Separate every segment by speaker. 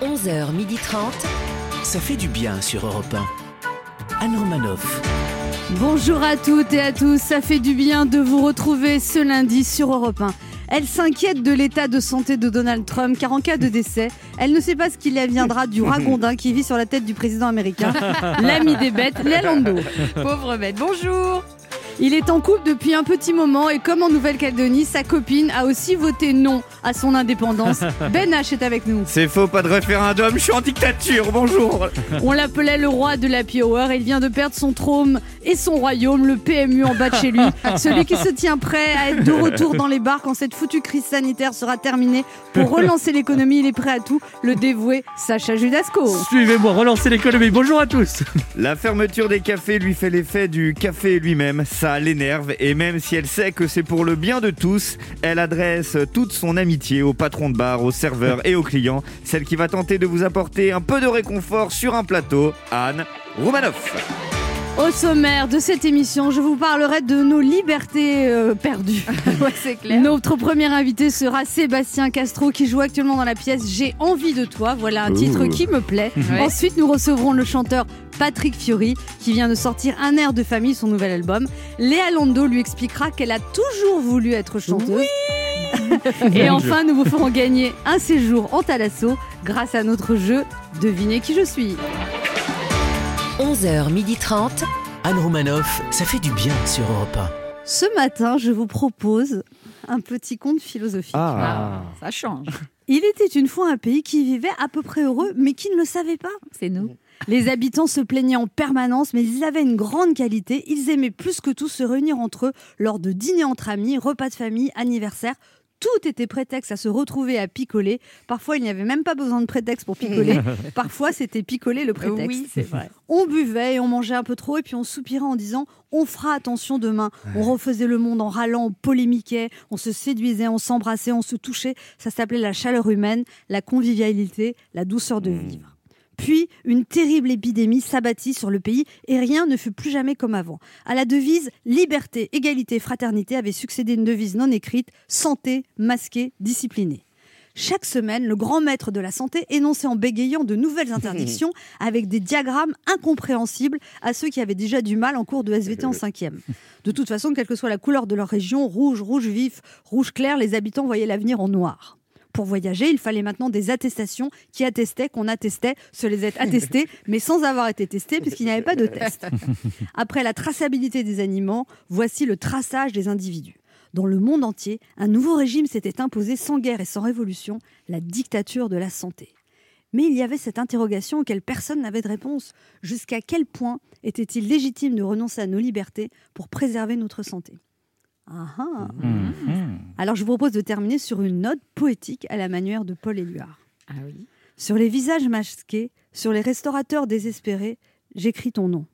Speaker 1: 15h30.
Speaker 2: Ça fait du bien sur Europe 1. Anne Romanoff.
Speaker 3: Bonjour à toutes et à tous, ça fait du bien de vous retrouver ce lundi sur Europe 1. Elle s'inquiète de l'état de santé de Donald Trump, car en cas de décès, elle ne sait pas ce qu'il adviendra du ragondin qui vit sur la tête du président américain, l'ami des bêtes, Lando.
Speaker 4: Pauvre bête, bonjour
Speaker 3: Il est en couple depuis un petit moment et comme en Nouvelle-Calédonie, sa copine a aussi voté non à son indépendance. Ben H est avec nous.
Speaker 5: C'est faux, pas de référendum, je suis en dictature, bonjour
Speaker 3: On l'appelait le roi de la Hour, il vient de perdre son trône et son royaume, le PMU en bas de chez lui. Celui qui se tient prêt à être de retour dans les bars quand cette foutue crise sanitaire sera terminée. Pour relancer l'économie, il est prêt à tout, le dévoué Sacha Judasco.
Speaker 6: Suivez-moi, relancez l'économie. Bonjour à tous.
Speaker 5: La fermeture des cafés lui fait l'effet du café lui-même, ça l'énerve, et même si elle sait que c'est pour le bien de tous, elle adresse toute son amitié au patron de bar, au serveur et aux clients, celle qui va tenter de vous apporter un peu de réconfort sur un plateau, Anne Roumanoff.
Speaker 3: Au sommaire de cette émission, je vous parlerai de nos libertés euh, perdues.
Speaker 4: ouais, c'est clair.
Speaker 3: Notre premier invité sera Sébastien Castro qui joue actuellement dans la pièce J'ai envie de toi. Voilà un Ouh. titre qui me plaît. Ouais. Ensuite, nous recevrons le chanteur Patrick Fiori qui vient de sortir Un air de famille, son nouvel album. Léa Lando lui expliquera qu'elle a toujours voulu être chanteuse. Oui Et enfin, nous vous ferons gagner un séjour en Talasso grâce à notre jeu Devinez qui je suis.
Speaker 1: 11h30.
Speaker 2: Anne Romanoff, ça fait du bien sur Europe 1.
Speaker 3: Ce matin, je vous propose un petit conte philosophique.
Speaker 5: Ah.
Speaker 4: Ah, ça change.
Speaker 3: Il était une fois un pays qui vivait à peu près heureux, mais qui ne le savait pas.
Speaker 4: C'est nous.
Speaker 3: Les habitants se plaignaient en permanence, mais ils avaient une grande qualité. Ils aimaient plus que tout se réunir entre eux lors de dîners entre amis, repas de famille, anniversaires tout était prétexte à se retrouver à picoler. Parfois, il n'y avait même pas besoin de prétexte pour picoler. Parfois, c'était picoler le prétexte.
Speaker 4: Oui, c'est vrai.
Speaker 3: On buvait et on mangeait un peu trop et puis on soupirait en disant on fera attention demain. On refaisait le monde en râlant, on polémiquait, on se séduisait, on s'embrassait, on se touchait. Ça s'appelait la chaleur humaine, la convivialité, la douceur de vivre. Puis, une terrible épidémie s'abattit sur le pays et rien ne fut plus jamais comme avant. À la devise liberté, égalité, fraternité avait succédé une devise non écrite santé, masquée, disciplinée. Chaque semaine, le grand maître de la santé énonçait en bégayant de nouvelles interdictions avec des diagrammes incompréhensibles à ceux qui avaient déjà du mal en cours de SVT en cinquième. De toute façon, quelle que soit la couleur de leur région, rouge, rouge vif, rouge clair, les habitants voyaient l'avenir en noir pour voyager, il fallait maintenant des attestations qui attestaient qu'on attestait, se les être attestés, mais sans avoir été testé puisqu'il n'y avait pas de test. Après la traçabilité des animaux, voici le traçage des individus. Dans le monde entier, un nouveau régime s'était imposé sans guerre et sans révolution, la dictature de la santé. Mais il y avait cette interrogation auquel personne n'avait de réponse. Jusqu'à quel point était-il légitime de renoncer à nos libertés pour préserver notre santé ah mmh. Alors je vous propose de terminer sur une note poétique à la manière de Paul Éluard.
Speaker 4: Ah oui.
Speaker 3: Sur les visages masqués, sur les restaurateurs désespérés, j'écris ton nom.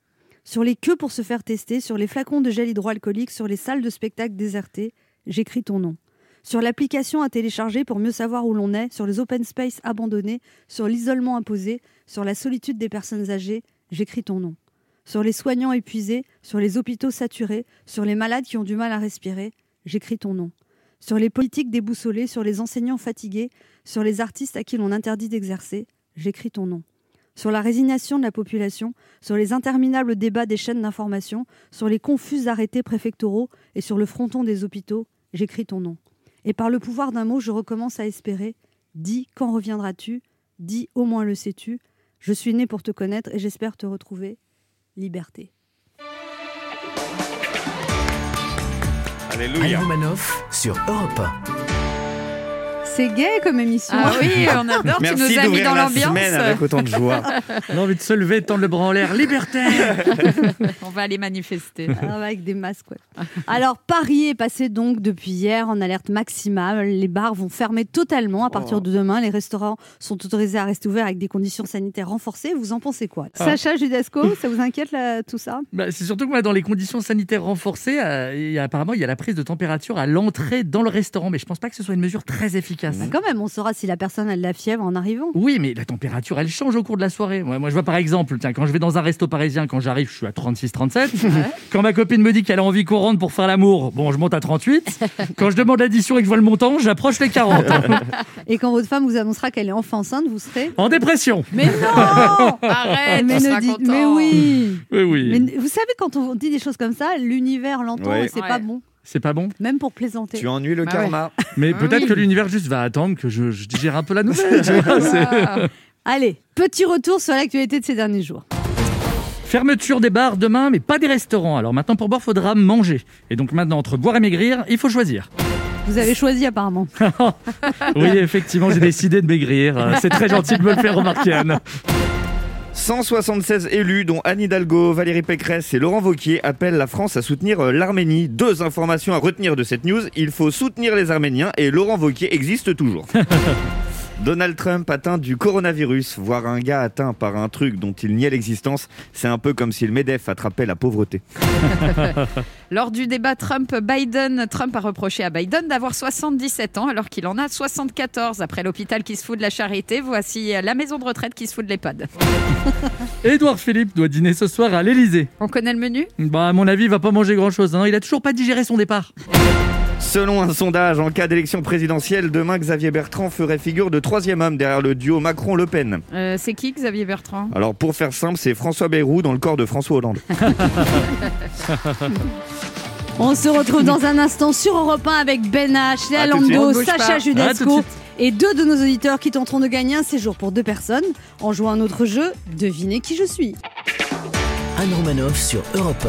Speaker 3: Sur les queues pour se faire tester, sur les flacons de gel hydroalcoolique, sur les salles de spectacle désertées, j'écris ton nom. Sur l'application à télécharger pour mieux savoir où l'on est, sur les open space abandonnés, sur l'isolement imposé, sur la solitude des personnes âgées, j'écris ton nom sur les soignants épuisés, sur les hôpitaux saturés, sur les malades qui ont du mal à respirer, j'écris ton nom. Sur les politiques déboussolés, sur les enseignants fatigués, sur les artistes à qui l'on interdit d'exercer, j'écris ton nom. Sur la résignation de la population, sur les interminables débats des chaînes d'information, sur les confus arrêtés préfectoraux et sur le fronton des hôpitaux, j'écris ton nom. Et par le pouvoir d'un mot, je recommence à espérer. Dis quand reviendras-tu Dis au moins le sais-tu. Je suis né pour te connaître et j'espère te retrouver liberté.
Speaker 5: Alléluia.
Speaker 2: Romanoff sur Europe.
Speaker 3: C'est gay comme émission.
Speaker 4: Ah oui, on adore.
Speaker 5: Merci
Speaker 4: tu nous as mis dans l'ambiance. Ah,
Speaker 5: avec autant de joie.
Speaker 6: On a envie de se lever, de tendre le bras en l'air. Liberté
Speaker 4: On va aller manifester.
Speaker 3: Ah, avec des masques, ouais. Alors, Paris est passé donc depuis hier en alerte maximale. Les bars vont fermer totalement à partir oh. de demain. Les restaurants sont autorisés à rester ouverts avec des conditions sanitaires renforcées. Vous en pensez quoi ah. Sacha Judasco, ça vous inquiète là, tout ça
Speaker 6: bah, C'est surtout que moi, dans les conditions sanitaires renforcées, euh, et apparemment, il y a la prise de température à l'entrée dans le restaurant. Mais je ne pense pas que ce soit une mesure très efficace.
Speaker 4: efficace.
Speaker 3: Bah, quand même, on saura si la personne a de la fièvre en arrivant.
Speaker 6: Oui, mais la température, elle change au cours de la soirée. Moi, moi je vois par exemple, tiens, quand je vais dans un resto parisien, quand j'arrive, je suis à 36-37. Quand ma copine me dit qu'elle a envie qu'on rentre pour faire l'amour, bon, je monte à 38. Quand je demande l'addition et que je vois le montant, j'approche les 40.
Speaker 3: Et quand votre femme vous annoncera qu'elle est enfant enceinte, vous serez.
Speaker 6: en dépression.
Speaker 3: Mais non
Speaker 4: Arrête,
Speaker 3: Mais,
Speaker 4: on
Speaker 3: ne
Speaker 4: sera
Speaker 3: dites-
Speaker 4: Eh, content.
Speaker 3: mais oui
Speaker 6: Oui, oui.
Speaker 3: Mais ne- Vous savez, quand on dit des choses comme ça, l'univers l'entend
Speaker 5: Ouais.
Speaker 3: et c'est
Speaker 4: Ouais.
Speaker 3: pas bon,
Speaker 6: C'est pas bon.
Speaker 3: même pour plaisanter.
Speaker 5: Tu ennuies le
Speaker 4: Bah
Speaker 5: karma.
Speaker 6: Mais
Speaker 4: Ah
Speaker 6: peut-être
Speaker 4: oui.
Speaker 6: que l'univers juste va attendre que je, je digère un peu la nouvelle. tu vois, c'est-
Speaker 4: Ah.
Speaker 3: Allez, petit retour sur l'actualité de ces derniers jours.
Speaker 6: Fermeture des bars demain, mais pas des restaurants. Alors maintenant, pour boire, faudra manger. Et donc maintenant, entre boire et maigrir, il faut choisir.
Speaker 3: Vous avez choisi apparemment.
Speaker 6: Oui, effectivement, j'ai décidé de maigrir. Euh, C'est très gentil de me le faire remarquer, Anne.
Speaker 5: 176 élus, dont Anne Hidalgo, Valérie Pécresse et Laurent Vauquier, appellent la France à soutenir euh, l'Arménie. Deux informations à retenir de cette news il faut soutenir les Arméniens et Laurent Vauquier existe toujours. Donald Trump atteint du coronavirus, voir un gars atteint par un truc dont il niait l'existence, c'est un peu comme si le MEDEF attrapait la pauvreté.
Speaker 4: Lors du débat Trump-Biden, Trump a reproché à Biden d'avoir 77 ans alors qu'il en a 74. Après l'hôpital qui se fout de la charité, voici la maison de retraite qui se fout de l'EHPAD.
Speaker 6: Édouard Philippe doit dîner ce soir à l'Élysée.
Speaker 4: On connaît le menu
Speaker 6: Bah, à mon avis, il va pas manger grand-chose. hein. Il a toujours pas digéré son départ.
Speaker 5: Selon un sondage, en cas d'élection présidentielle, demain Xavier Bertrand ferait figure de troisième homme derrière le duo Macron-Le Pen.
Speaker 4: Euh, C'est qui Xavier Bertrand
Speaker 5: Alors pour faire simple, c'est François Bayrou dans le corps de François Hollande.
Speaker 3: On se retrouve dans un instant sur Europe 1 avec Ben H, Léa
Speaker 5: À tout de suite.
Speaker 3: Landau,
Speaker 4: On bouge
Speaker 3: Sacha
Speaker 4: pas.
Speaker 6: À tout de
Speaker 3: Judasco
Speaker 6: suite.
Speaker 3: et deux de nos auditeurs qui tenteront de gagner un séjour pour deux personnes en jouant à un autre jeu, devinez qui je suis.
Speaker 2: Anne Romanoff sur Europe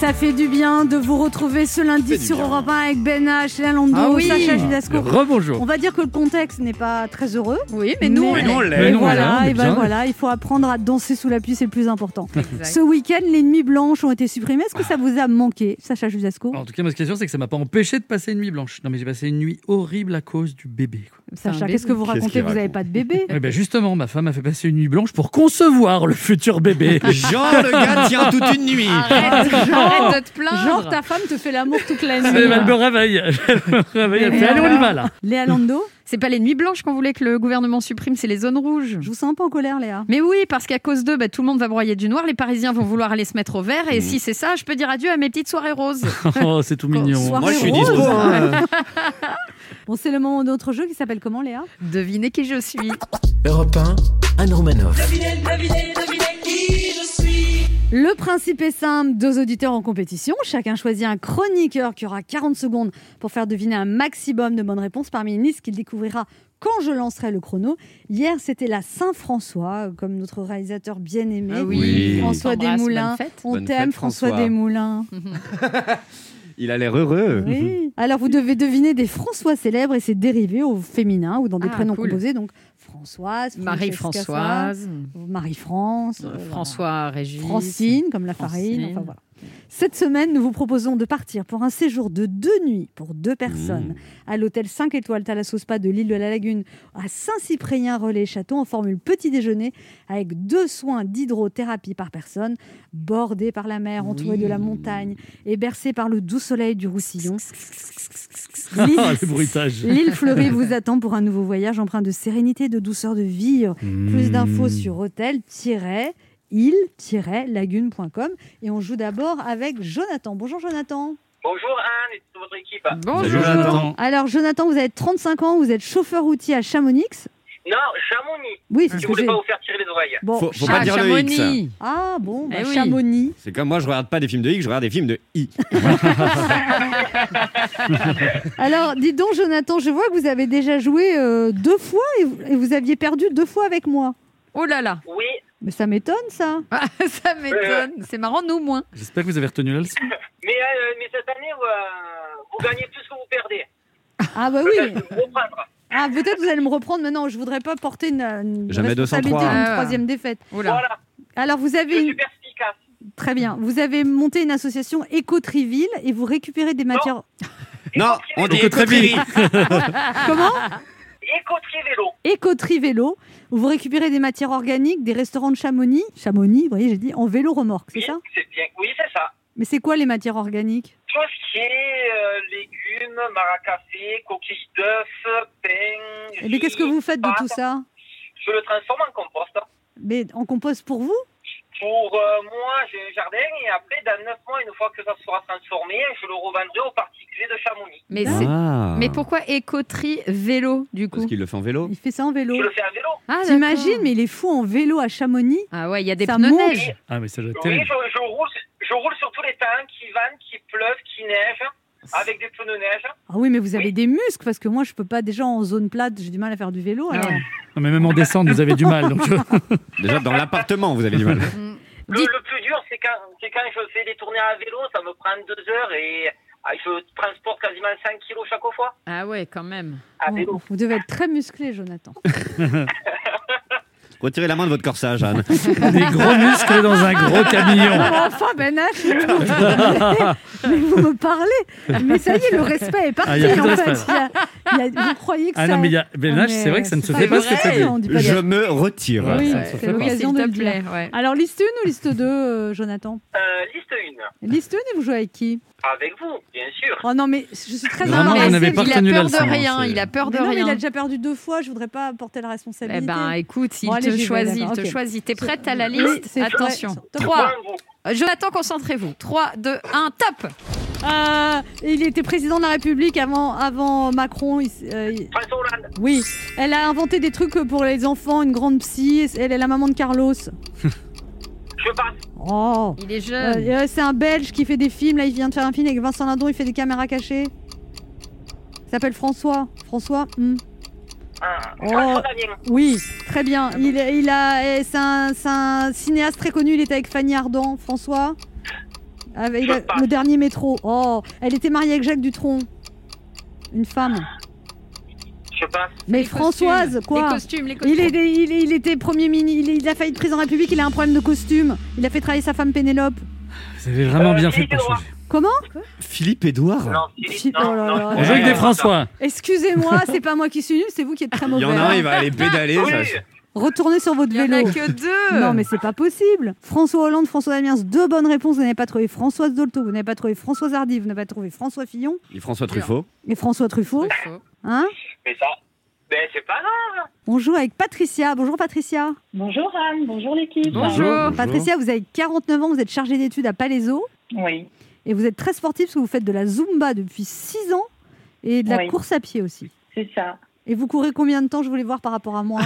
Speaker 3: Ça fait du bien de vous retrouver ce lundi
Speaker 5: fait du
Speaker 3: sur
Speaker 5: bien.
Speaker 3: Europe 1 avec Ben H, Léa Landau,
Speaker 4: Ah oui.
Speaker 3: Sacha Judasco. On
Speaker 6: Rebonjour.
Speaker 3: va dire que le contexte n'est pas très heureux.
Speaker 4: Oui, mais nous,
Speaker 3: Mais
Speaker 4: on est.
Speaker 6: Mais
Speaker 3: et voilà,
Speaker 6: non, voilà, on est
Speaker 3: et ben
Speaker 6: bien.
Speaker 3: voilà, il faut apprendre à danser sous la pluie, c'est le plus important.
Speaker 4: Exact.
Speaker 3: Ce week-end, les nuits blanches ont été supprimées. Est-ce que ça vous a manqué, Sacha Judasco
Speaker 4: Oh.
Speaker 5: Oh,
Speaker 6: En tout cas, moi, ce qui est sûr, c'est que ça m'a pas empêché de passer une nuit blanche. Non, mais j'ai passé une nuit horrible à cause du bébé. quoi.
Speaker 4: C'est un
Speaker 3: Sacha,
Speaker 4: bébé.
Speaker 3: qu'est-ce que vous
Speaker 5: Qu'est-ce
Speaker 3: racontez
Speaker 5: qu'il
Speaker 3: Vous n'avez
Speaker 5: raconte
Speaker 3: pas de bébé
Speaker 6: Eh ben justement, ma femme a fait passer une nuit blanche pour concevoir le futur bébé.
Speaker 5: Jean, le gars tient toute une nuit.
Speaker 4: Arrête, arrête de te plaindre.
Speaker 3: Genre, ta femme te fait l'amour toute la
Speaker 6: Elle me
Speaker 3: nuit.
Speaker 6: réveille. Elle me réveille. Elle
Speaker 3: Mais
Speaker 6: fait, Allez, on y
Speaker 3: alors
Speaker 6: va là.
Speaker 3: Léa Lando,
Speaker 4: C'est pas les nuits blanches qu'on voulait que le gouvernement supprime, c'est les zones rouges.
Speaker 3: je vous sens un peu en colère, Léa.
Speaker 4: Mais oui, parce qu'à cause d'eux, bah, tout le monde va broyer du noir, les Parisiens vont vouloir aller se mettre au vert, et
Speaker 5: Mmh.
Speaker 4: si c'est ça, je peux dire adieu à mes petites soirées roses.
Speaker 6: Oh, c'est tout mignon.
Speaker 3: Soir-
Speaker 5: Moi, je suis
Speaker 3: Rose.
Speaker 5: dispo. hein.
Speaker 3: Bon, c'est le moment de notre jeu qui s'appelle comment, Léa
Speaker 4: Devinez qui je suis.
Speaker 2: 1. Europe 1, Anne Romanoff.
Speaker 3: Le principe est simple, deux auditeurs en compétition, chacun choisit un chroniqueur qui aura 40 secondes pour faire deviner un maximum de bonnes réponses parmi une liste qu'il découvrira quand je lancerai le chrono. Hier, c'était la Saint-François, euh, comme notre réalisateur bien-aimé.
Speaker 4: Ah
Speaker 5: Oui.
Speaker 3: François
Speaker 4: On t'embrasse,
Speaker 3: Desmoulins.
Speaker 4: bonne fête.
Speaker 3: On
Speaker 5: Bonne
Speaker 3: t'aime,
Speaker 5: fête,
Speaker 3: François,
Speaker 5: François.
Speaker 3: Desmoulins.
Speaker 5: Il a l'air heureux.
Speaker 4: Mhm.
Speaker 3: Oui. Alors, vous devez deviner des François célèbres et ses dérivés au féminin ou dans des
Speaker 4: Ah,
Speaker 3: prénoms
Speaker 4: cool.
Speaker 3: composés. Donc, Françoise, Francesca,
Speaker 4: Marie-Françoise,
Speaker 3: Marie-France,
Speaker 4: euh,
Speaker 3: euh, voilà.
Speaker 4: François Régis.
Speaker 3: Francine, comme la farine.
Speaker 4: Francine.
Speaker 3: enfin voilà. Cette semaine, nous vous proposons de partir pour un séjour de deux nuits pour deux personnes
Speaker 6: Mmh.
Speaker 3: à l'hôtel 5 étoiles Thalasso Spa de l'île de la Lagune à Saint-Cyprien-Relais-Château en formule petit déjeuner avec deux soins d'hydrothérapie par personne, bordé par la mer, entouré de la montagne et bercé par le doux soleil du Roussillon. L'île-
Speaker 6: Ah, le bruitage.
Speaker 3: L'île fleurie vous attend pour un nouveau voyage empreint de sérénité et de douceur de vivre.
Speaker 7: Hmm.
Speaker 3: Plus d'infos sur hôtel-île-lagune.com. Et on joue d'abord avec Jonathan. Bonjour Jonathan.
Speaker 1: Bonjour Anne et toute votre équipe.
Speaker 4: Bonjour.
Speaker 3: Alors Jonathan, vous avez 35 ans, vous êtes chauffeur routier à Chamonix.
Speaker 1: Non, Chamonix.
Speaker 3: Oui, c'est
Speaker 1: Je
Speaker 3: ce que
Speaker 1: voulais
Speaker 3: j'ai.
Speaker 1: pas vous faire tirer les oreilles.
Speaker 3: Bon,
Speaker 7: Faut- faut
Speaker 3: Cha-
Speaker 7: pas dire le X.
Speaker 4: Chamonix.
Speaker 3: Ah bon, bah,
Speaker 4: Eh oui.
Speaker 3: Chamonix.
Speaker 7: C'est comme moi, je regarde pas des films de X, je regarde des films de I.
Speaker 3: Alors dis donc Jonathan, je vois que vous avez déjà joué euh, deux fois et vous, et vous aviez perdu deux fois avec moi.
Speaker 4: Oh là là,
Speaker 1: Oui,
Speaker 3: Mais ça m'étonne ça.
Speaker 4: Ah, ça m'étonne. C'est marrant, nous moins.
Speaker 6: J'espère que vous avez retenu la leçon.
Speaker 1: mais, euh, mais cette année, euh, vous gagnez plus que vous perdez.
Speaker 3: Ah bah
Speaker 1: Peut-être
Speaker 3: oui.
Speaker 1: que vous reprendre.
Speaker 3: Ah peut-être vous allez me reprendre maintenant, je voudrais pas porter une, une
Speaker 7: Jamais 203,
Speaker 3: responsabilité d'une
Speaker 4: hein.
Speaker 3: troisième défaite.
Speaker 4: Oula.
Speaker 1: Voilà,
Speaker 3: Alors vous
Speaker 1: je
Speaker 3: avez une...
Speaker 1: suis perspicace.
Speaker 3: Très bien. Vous avez monté une association Éco-Triville et vous récupérez des matières.
Speaker 7: Non, on dit
Speaker 6: très
Speaker 7: Écoutez,
Speaker 3: Comment
Speaker 1: Écoterie vélo.
Speaker 3: Éco-Tri-Vélo. où Vous récupérez des matières organiques des restaurants de Chamonix. Chamonix, vous voyez, j'ai dit en vélo remorque, c'est
Speaker 1: Oui,
Speaker 3: ça
Speaker 1: c'est bien. Oui, c'est ça.
Speaker 3: Mais c'est quoi les matières organiques
Speaker 1: Tout ce qui est euh, légumes, maracafé, coquilles d'œufs, pain.
Speaker 3: Et mais Eh qu'est-ce que
Speaker 1: riz,
Speaker 3: vous faites de tout
Speaker 1: pâtes.
Speaker 3: ça
Speaker 1: Je le transforme en compost.
Speaker 3: Mais on compose pour vous
Speaker 1: Pour euh, moi, j'ai un jardin et après, dans 9 mois, une fois que ça sera transformé, je le revendrai aux particuliers de Chamonix.
Speaker 4: Mais, c'est-
Speaker 7: Ah.
Speaker 4: mais pourquoi écoterie vélo du coup
Speaker 7: Parce qu'il le fait en vélo.
Speaker 3: Il fait ça en vélo.
Speaker 1: Je le fais à vélo.
Speaker 4: Ah, d'accord.
Speaker 3: T'imagines, mais il est fou en vélo à Chamonix.
Speaker 4: Ah ouais, il y a des
Speaker 3: Ça
Speaker 4: pneus
Speaker 3: monte.
Speaker 4: neige.
Speaker 6: Ah, mais ça doit être
Speaker 1: Oui,
Speaker 6: terrible.
Speaker 1: je, je roule, je roule sur tous les temps, qui vannent, qui pleuvent, qui neige, avec des pneus neige.
Speaker 3: Ah oui, mais vous avez
Speaker 1: Oui.
Speaker 3: des muscles parce que moi, je peux pas. Déjà en zone plate, j'ai du mal à faire du vélo.
Speaker 1: Ah,
Speaker 3: alors.
Speaker 6: Non, mais même en descente, vous avez du mal. Donc... euh,
Speaker 7: Déjà dans l'appartement, vous avez du mal.
Speaker 1: Le,
Speaker 4: Dites-
Speaker 1: le plus dur, c'est quand, c'est quand je fais des tournées à vélo, ça me prend deux heures et ah, je transporte quasiment 5 kilos chaque fois
Speaker 4: Ah ouais, quand même.
Speaker 1: à
Speaker 3: Vous-
Speaker 1: vélo.
Speaker 3: Vous devez être très musclé, Jonathan.
Speaker 7: Retirez la main de votre corsage, Anne.
Speaker 6: Des gros muscles dans un gros
Speaker 3: Non,
Speaker 6: camion.
Speaker 3: mais enfin, Ben H, mais vous, mais vous me parlez. Mais ça y est, le respect est
Speaker 6: Ah,
Speaker 3: parti.
Speaker 6: il y a plus de
Speaker 3: en fait.
Speaker 6: respect.
Speaker 3: Il y a- il y a- vous croyez que
Speaker 6: Ah
Speaker 3: ça.
Speaker 6: non, mais il y a... Ben
Speaker 3: Ah,
Speaker 6: H, c'est vrai que ça ne se fait
Speaker 4: pas
Speaker 6: pas
Speaker 4: ce
Speaker 6: ce
Speaker 4: que
Speaker 6: que
Speaker 4: t'as
Speaker 6: t'as
Speaker 4: dit.
Speaker 6: dit.
Speaker 3: On dit pas hein.
Speaker 7: Je
Speaker 3: bien.
Speaker 7: me retire.
Speaker 6: Ouais,
Speaker 3: Oui,
Speaker 6: ça ne se
Speaker 3: c'est
Speaker 6: fait pas.
Speaker 4: Oui,
Speaker 3: l'occasion
Speaker 4: s'il
Speaker 3: de
Speaker 4: te
Speaker 3: le dire.
Speaker 4: plaît. ouais.
Speaker 3: Alors, liste 1 ou liste 2, Jonathan
Speaker 1: Euh, liste 1,
Speaker 3: Liste 1 et vous jouez avec qui
Speaker 1: avec vous, bien sûr.
Speaker 3: Oh non, mais je suis très
Speaker 6: Vraiment,
Speaker 3: embarrassée.
Speaker 6: vous n'avez pas
Speaker 4: il a
Speaker 6: retenu la
Speaker 4: peur de
Speaker 6: leçon, hein,
Speaker 4: rien.
Speaker 6: c'est-
Speaker 4: Il a peur de
Speaker 3: Mais non, mais il a
Speaker 4: rien.
Speaker 3: déjà perdu deux fois, je voudrais pas porter la
Speaker 4: Eh
Speaker 3: responsabilité.
Speaker 4: ben, écoute, il
Speaker 3: Bon, allez,
Speaker 4: te
Speaker 3: j'y vais,
Speaker 4: choisit, il
Speaker 3: d'accord,
Speaker 4: te
Speaker 3: ok.
Speaker 4: choisit. T'es prête à la
Speaker 3: Oui,
Speaker 4: liste
Speaker 3: c'est vrai.
Speaker 4: Attention.
Speaker 3: Top.
Speaker 4: 3.
Speaker 1: Point, vous.
Speaker 4: Jonathan, concentrez-vous. 3, 2, 1, top
Speaker 3: Euh, il était président de la République avant, avant Macron. il s- euh, il-
Speaker 1: François Hollande,
Speaker 3: oui, elle a inventé des trucs pour les enfants, une grande psy. Elle est la maman de Carlos.
Speaker 1: je passe.
Speaker 3: Oh.
Speaker 4: Il est
Speaker 3: Euh,
Speaker 4: jeune.
Speaker 3: euh, c'est un Belge qui fait des films. Là, il vient de faire un film avec Vincent Lindon. Il fait des caméras cachées. Il s'appelle François. François. hmm.
Speaker 1: Ah,
Speaker 3: Oh.
Speaker 1: François Damien,
Speaker 3: Oui, très bien.
Speaker 4: Ah bon
Speaker 3: il, il a, eh, c'est un, c'est un cinéaste très connu. Il était avec Fanny Ardant, François. Avec
Speaker 1: Je
Speaker 3: la-
Speaker 1: passe.
Speaker 3: le dernier métro. Oh, elle était mariée avec Jacques Dutronc. Une femme.
Speaker 4: Ah,
Speaker 1: je passe.
Speaker 3: Mais
Speaker 4: Les
Speaker 3: Françoise,
Speaker 4: costumes, Les
Speaker 3: quoi
Speaker 4: costumes, les costumes.
Speaker 3: il, est, il, est- il était premier ministre. Il, il a failli être président de la République. Il a un problème de costume. Il a fait travailler sa femme Pénélope.
Speaker 6: Vous avez vraiment
Speaker 1: Euh,
Speaker 6: bien fait
Speaker 1: Philippe
Speaker 6: pour
Speaker 1: Edouard.
Speaker 6: changer.
Speaker 3: Comment
Speaker 7: Philippe Edouard
Speaker 1: Non, Philippe,
Speaker 3: Philippe,
Speaker 1: non,
Speaker 3: oh là
Speaker 1: non.
Speaker 3: là.
Speaker 6: On joue avec des
Speaker 1: hein. Ouais.
Speaker 6: François.
Speaker 3: Excusez-moi, c'est pas moi qui suis nul, c'est vous qui êtes très
Speaker 7: Il
Speaker 3: mauvais. hein.
Speaker 7: y en a un, il va aller pédaler.
Speaker 1: Oui,
Speaker 7: ça.
Speaker 3: Retournez sur votre
Speaker 4: Il y en
Speaker 3: vélo.
Speaker 4: a que deux.
Speaker 3: Non, mais c'est pas possible. François Hollande, François Damiens, deux bonnes réponses. Vous n'avez pas trouvé Françoise Dolto, vous n'avez pas trouvé Françoise Hardy, vous n'avez pas trouvé François Fillon
Speaker 7: Et François Truffaut.
Speaker 3: et François Truffaut.
Speaker 4: Truffaut.
Speaker 3: Hein
Speaker 1: mais ça, ben, c'est pas grave.
Speaker 3: On joue avec Patricia. Bonjour Patricia.
Speaker 8: Bonjour Anne, bonjour l'équipe.
Speaker 4: Bonjour.
Speaker 3: Patricia, vous avez 49 ans, vous êtes chargée d'études à Palaiso
Speaker 8: Oui,
Speaker 3: et vous êtes très sportive parce que vous faites de la Zumba depuis 6 ans et de la
Speaker 8: Oui.
Speaker 3: course à pied aussi.
Speaker 8: c'est ça.
Speaker 3: Et vous courez combien de temps Je voulais voir par rapport à moi.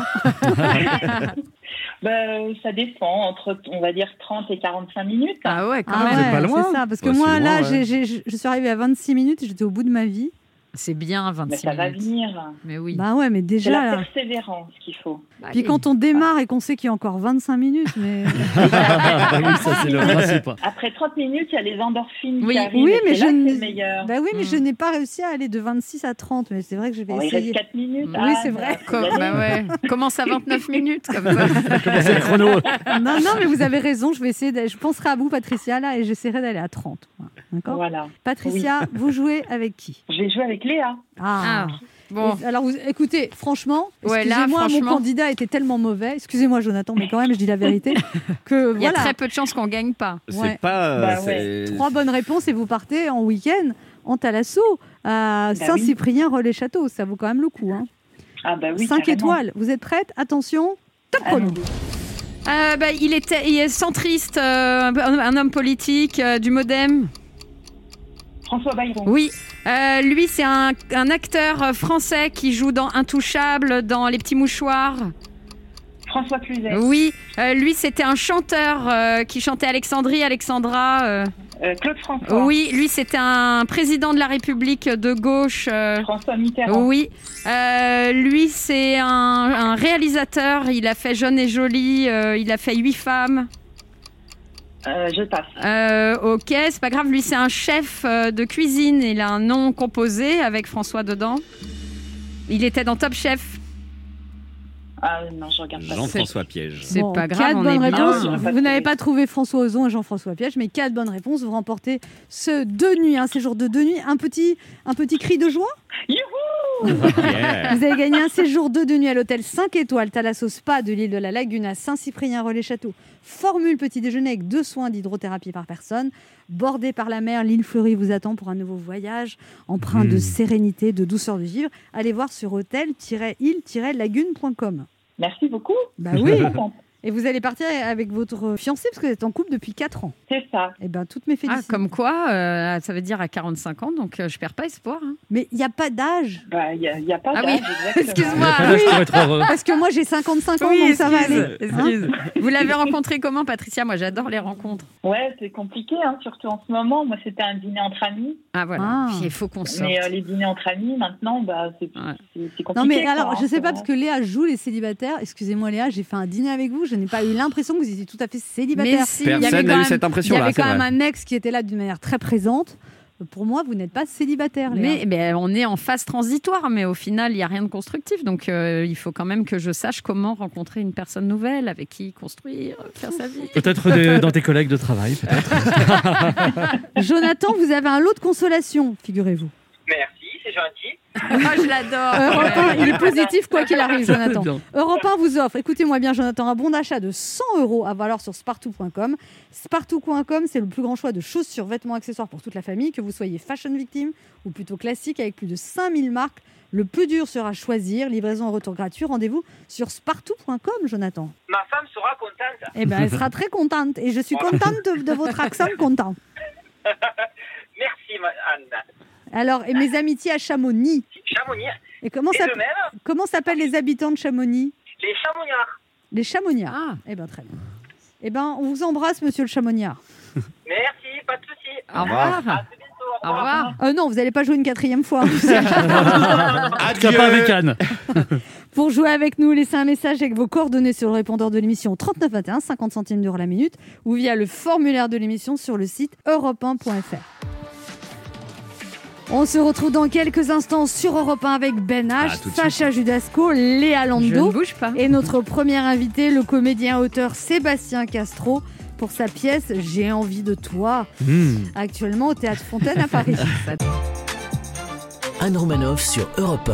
Speaker 8: Ben, ça dépend, entre, on va dire, 30 et 45 minutes.
Speaker 4: Ah ouais, quand
Speaker 3: Ah
Speaker 4: même.
Speaker 6: C'est pas
Speaker 3: ouais,
Speaker 6: loin.
Speaker 3: c'est ça, parce que
Speaker 7: Ouais,
Speaker 3: moi
Speaker 7: c'est
Speaker 3: là,
Speaker 7: loin, ouais.
Speaker 3: j'ai- j'ai- je suis arrivée à 26 minutes, et j'étais au bout de ma vie.
Speaker 4: C'est bien,
Speaker 8: Mais
Speaker 4: 26
Speaker 8: ça va
Speaker 4: minutes.
Speaker 8: venir.
Speaker 4: Mais oui. Bah,
Speaker 3: Bah ouais, mais
Speaker 8: C'est
Speaker 3: déjà
Speaker 8: la
Speaker 3: là.
Speaker 8: persévérance qu'il faut.
Speaker 3: Puis
Speaker 4: Allez.
Speaker 3: quand on démarre et qu'on sait qu'il y a encore 25 minutes, mais
Speaker 6: Ah oui, ça, c'est le principe.
Speaker 8: Après 30 minutes, il y a les endorphines
Speaker 4: Oui,
Speaker 8: qui arrivent.
Speaker 3: oui,
Speaker 8: et
Speaker 3: mais
Speaker 8: c'est là
Speaker 3: je
Speaker 8: que
Speaker 3: ne-
Speaker 8: c'est le meilleur.
Speaker 3: bah oui, mais
Speaker 4: Mm.
Speaker 3: je n'ai pas réussi à aller de 26 à 30, mais c'est vrai que je vais
Speaker 8: Bon, il reste
Speaker 3: essayer.
Speaker 8: 4 minutes. Ah,
Speaker 4: Oui,
Speaker 8: Anne,
Speaker 3: c'est vrai.
Speaker 8: faut y
Speaker 4: Comme-
Speaker 8: aller.
Speaker 4: bah ouais. Commence à 29 minutes comme ça.
Speaker 3: Bah,
Speaker 6: C'est le chrono.
Speaker 3: Non, non, mais vous avez raison, je vais essayer. d'a- Je penserai à vous, Patricia, là, et j'essaierai d'aller à 30. Voilà. D'accord.
Speaker 8: Voilà.
Speaker 3: Patricia, vous jouez avec qui
Speaker 8: Je vais jouer avec Léa.
Speaker 4: Ah, bon.
Speaker 3: Et- Alors, vous, écoutez, franchement,
Speaker 4: Ouais, là,
Speaker 3: excusez-moi,
Speaker 4: franchement.
Speaker 3: mon candidat était tellement mauvais. Excusez-moi, Jonathan, mais quand même, je dis la vérité. Que
Speaker 4: Il y a
Speaker 3: voilà,
Speaker 4: très peu de chances qu'on gagne pas.
Speaker 7: C'est
Speaker 3: Ouais.
Speaker 7: pas. euh,
Speaker 8: Bah
Speaker 7: c'est-
Speaker 3: trois bonnes réponses et vous partez en week-end en Talasso à Saint-Cyprien-Relais-Château. Ça vaut quand même le coup. Hein.
Speaker 8: Ah, bah oui.
Speaker 3: 5
Speaker 8: carrément.
Speaker 3: étoles. Vous êtes prête Attention, top
Speaker 8: Allons.
Speaker 3: chrono.
Speaker 4: Euh, bah, il était il est centriste, euh, un- un homme politique euh, du Modem.
Speaker 8: François Bayrou.
Speaker 4: Oui. Euh, lui, c'est un, un acteur euh, français qui joue dans Intouchable, dans Les Petits Mouchoirs.
Speaker 8: François Cluzet.
Speaker 4: Oui. Euh, lui, c'était un chanteur euh, qui chantait Alexandrie, Alexandra. euh.
Speaker 8: Euh, Claude François.
Speaker 4: Oui. Lui, c'était un président de la République de gauche. euh.
Speaker 8: François Mitterrand.
Speaker 4: Oui, Euh, lui c'est un, un réalisateur, il a fait Jeune et Jolie, euh, il a fait Huit femmes.
Speaker 8: Euh, je passe.
Speaker 4: Euh, ok, c'est pas grave, lui c'est un chef euh, de cuisine, il a un nom composé avec François dedans. Il était dans Top Chef.
Speaker 8: Ah, non, je regarde pas.
Speaker 7: Jean-François Piège.
Speaker 4: C'est
Speaker 3: Bon,
Speaker 4: pas grave,
Speaker 3: quatre
Speaker 4: on
Speaker 3: bonnes
Speaker 4: est bien.
Speaker 3: réponses.
Speaker 8: Ah,
Speaker 3: Vous, vous n'avez pas trouvé François Ozon et Jean-François Piège, mais quatre bonnes réponses. Vous hein, remportez ce deux nuits, un séjour de deux nuits. Un petit, un petit cri de joie
Speaker 7: Yeah.
Speaker 3: Vous avez gagné un séjour 2 de nuit à l'hôtel 5 étoiles Thalasso Spa de l'île de la Lagune à Saint-Cyprien-Relais-Château. Formule petit déjeuner avec deux soins d'hydrothérapie par personne. Bordée par la mer, l'île fleurie vous attend pour un nouveau voyage empreint de
Speaker 4: Hmm.
Speaker 5: Mm.
Speaker 3: sérénité, de douceur de vivre. Allez voir sur hôtel-île-lagune.com.
Speaker 8: Merci beaucoup.
Speaker 4: Ah
Speaker 3: Bah oui
Speaker 8: Bon,
Speaker 3: Et vous allez partir avec votre fiancé parce que vous êtes en couple depuis 4 ans.
Speaker 8: C'est ça.
Speaker 3: Eh ben, toutes mes
Speaker 4: Ah,
Speaker 3: félicitations.
Speaker 4: comme quoi, euh, ça veut dire à 45 ans, donc euh, je perds pas espoir. hein.
Speaker 3: Mais il n'y a pas d'âge.
Speaker 8: Bah, il n'y a, pas
Speaker 4: Ah
Speaker 8: d'âge,
Speaker 4: oui.
Speaker 8: exactement.
Speaker 4: Excuse-moi.
Speaker 6: Pas d'âge pour être heureux.
Speaker 3: Parce que moi, j'ai 55 ans,
Speaker 4: Oui,
Speaker 3: donc ça va
Speaker 4: excuse,
Speaker 3: aller. Hein
Speaker 4: excuse. Vous l'avez rencontré comment, Patricia Moi, j'adore les rencontres.
Speaker 8: Ouais, c'est compliqué, hein, surtout en ce moment. Moi, c'était un dîner entre amis.
Speaker 4: Ah voilà.
Speaker 3: Ah.
Speaker 4: Il faut qu'on sorte.
Speaker 8: Mais euh, les dîners entre amis, maintenant, bah, c'est
Speaker 4: Ouais.
Speaker 8: c'est- c'est compliqué.
Speaker 3: Non mais
Speaker 8: quoi,
Speaker 3: alors,
Speaker 8: hein,
Speaker 3: je sais
Speaker 8: c'est
Speaker 3: pas
Speaker 8: vrai.
Speaker 3: parce que Léa joue les célibataires. Excusez-moi Léa, j'ai fait un dîner avec vous, je n'ai pas eu l'impression que vous étiez tout à fait célibataire.
Speaker 4: Mais si, il y avait
Speaker 7: Personne
Speaker 4: quand
Speaker 7: n'a eu
Speaker 4: même-
Speaker 7: cette
Speaker 3: Il y
Speaker 7: impression-là,
Speaker 3: avait
Speaker 7: c'est
Speaker 3: quand même
Speaker 7: vrai.
Speaker 3: un ex qui était là d'une manière très présente. Pour moi, vous n'êtes pas célibataire. Léa.
Speaker 4: Mais ben, on est en phase transitoire, mais au final, il n'y a rien de constructif. Donc, euh, il faut quand même que je sache comment rencontrer une personne nouvelle, avec qui construire, euh, faire sa vie.
Speaker 6: Peut-être des- dans tes collègues de travail. peut-être.
Speaker 3: Jonathan, vous avez un lot de consolation, figurez-vous.
Speaker 1: Merci, c'est gentil.
Speaker 4: Ah, je l'adore.
Speaker 3: Europe
Speaker 4: Ouais.
Speaker 3: 1, il est positif quoi qu'il arrive, Jonathan.
Speaker 6: Bien.
Speaker 3: Europe 1 vous offre, écoutez-moi bien Jonathan, un bon d'achat de 100 euros à valoir sur spartou.com. Spartou.com, c'est le plus grand choix de chaussures, vêtements, accessoires pour toute la famille, que vous soyez fashion victime ou plutôt classique avec plus de 5000 marques. Le plus dur sera choisir, livraison en retour gratuit, rendez-vous sur spartou.com Jonathan.
Speaker 1: Ma femme sera contente.
Speaker 3: Eh ben, elle sera très contente et je suis contente de, de votre accent content.
Speaker 1: Merci, ma- Anne.
Speaker 3: Alors, et mes amitiés à Chamonix.
Speaker 1: Chamonix.
Speaker 3: Et comment
Speaker 1: Et
Speaker 3: s'app-
Speaker 1: de même,
Speaker 3: comment s'appellent les habitants de Chamonix
Speaker 1: les Chamoniards.
Speaker 3: Les Chamoniards.
Speaker 4: Ah,
Speaker 3: Eh ben très bien. Eh ben, on vous embrasse, monsieur le chamoniard.
Speaker 1: Merci, pas de souci.
Speaker 4: au revoir.
Speaker 1: À très bientôt. Au
Speaker 4: Au
Speaker 1: revoir.
Speaker 4: revoir.
Speaker 3: Euh, non, vous n'allez pas jouer une quatrième fois. hein,
Speaker 6: En tout cas, pas avec Anne.
Speaker 3: Pour jouer avec nous, laissez un message avec vos coordonnées sur le répondeur de l'émission 3921, 50 centimes d'euros la minute, ou via le formulaire de l'émission sur le site europe1.fr. On se retrouve dans quelques instants sur Europe 1 avec Ben H,
Speaker 7: Ah, tout de
Speaker 3: Sacha Judasco, Léa
Speaker 4: Je ne
Speaker 3: Lando
Speaker 4: bouge pas.
Speaker 3: et notre premier invité, le comédien auteur Sébastien Castro, pour sa pièce J'ai envie de toi,
Speaker 6: Hmm.
Speaker 3: actuellement au Théâtre Fontaine à Paris.
Speaker 2: Anne Romanoff sur Europe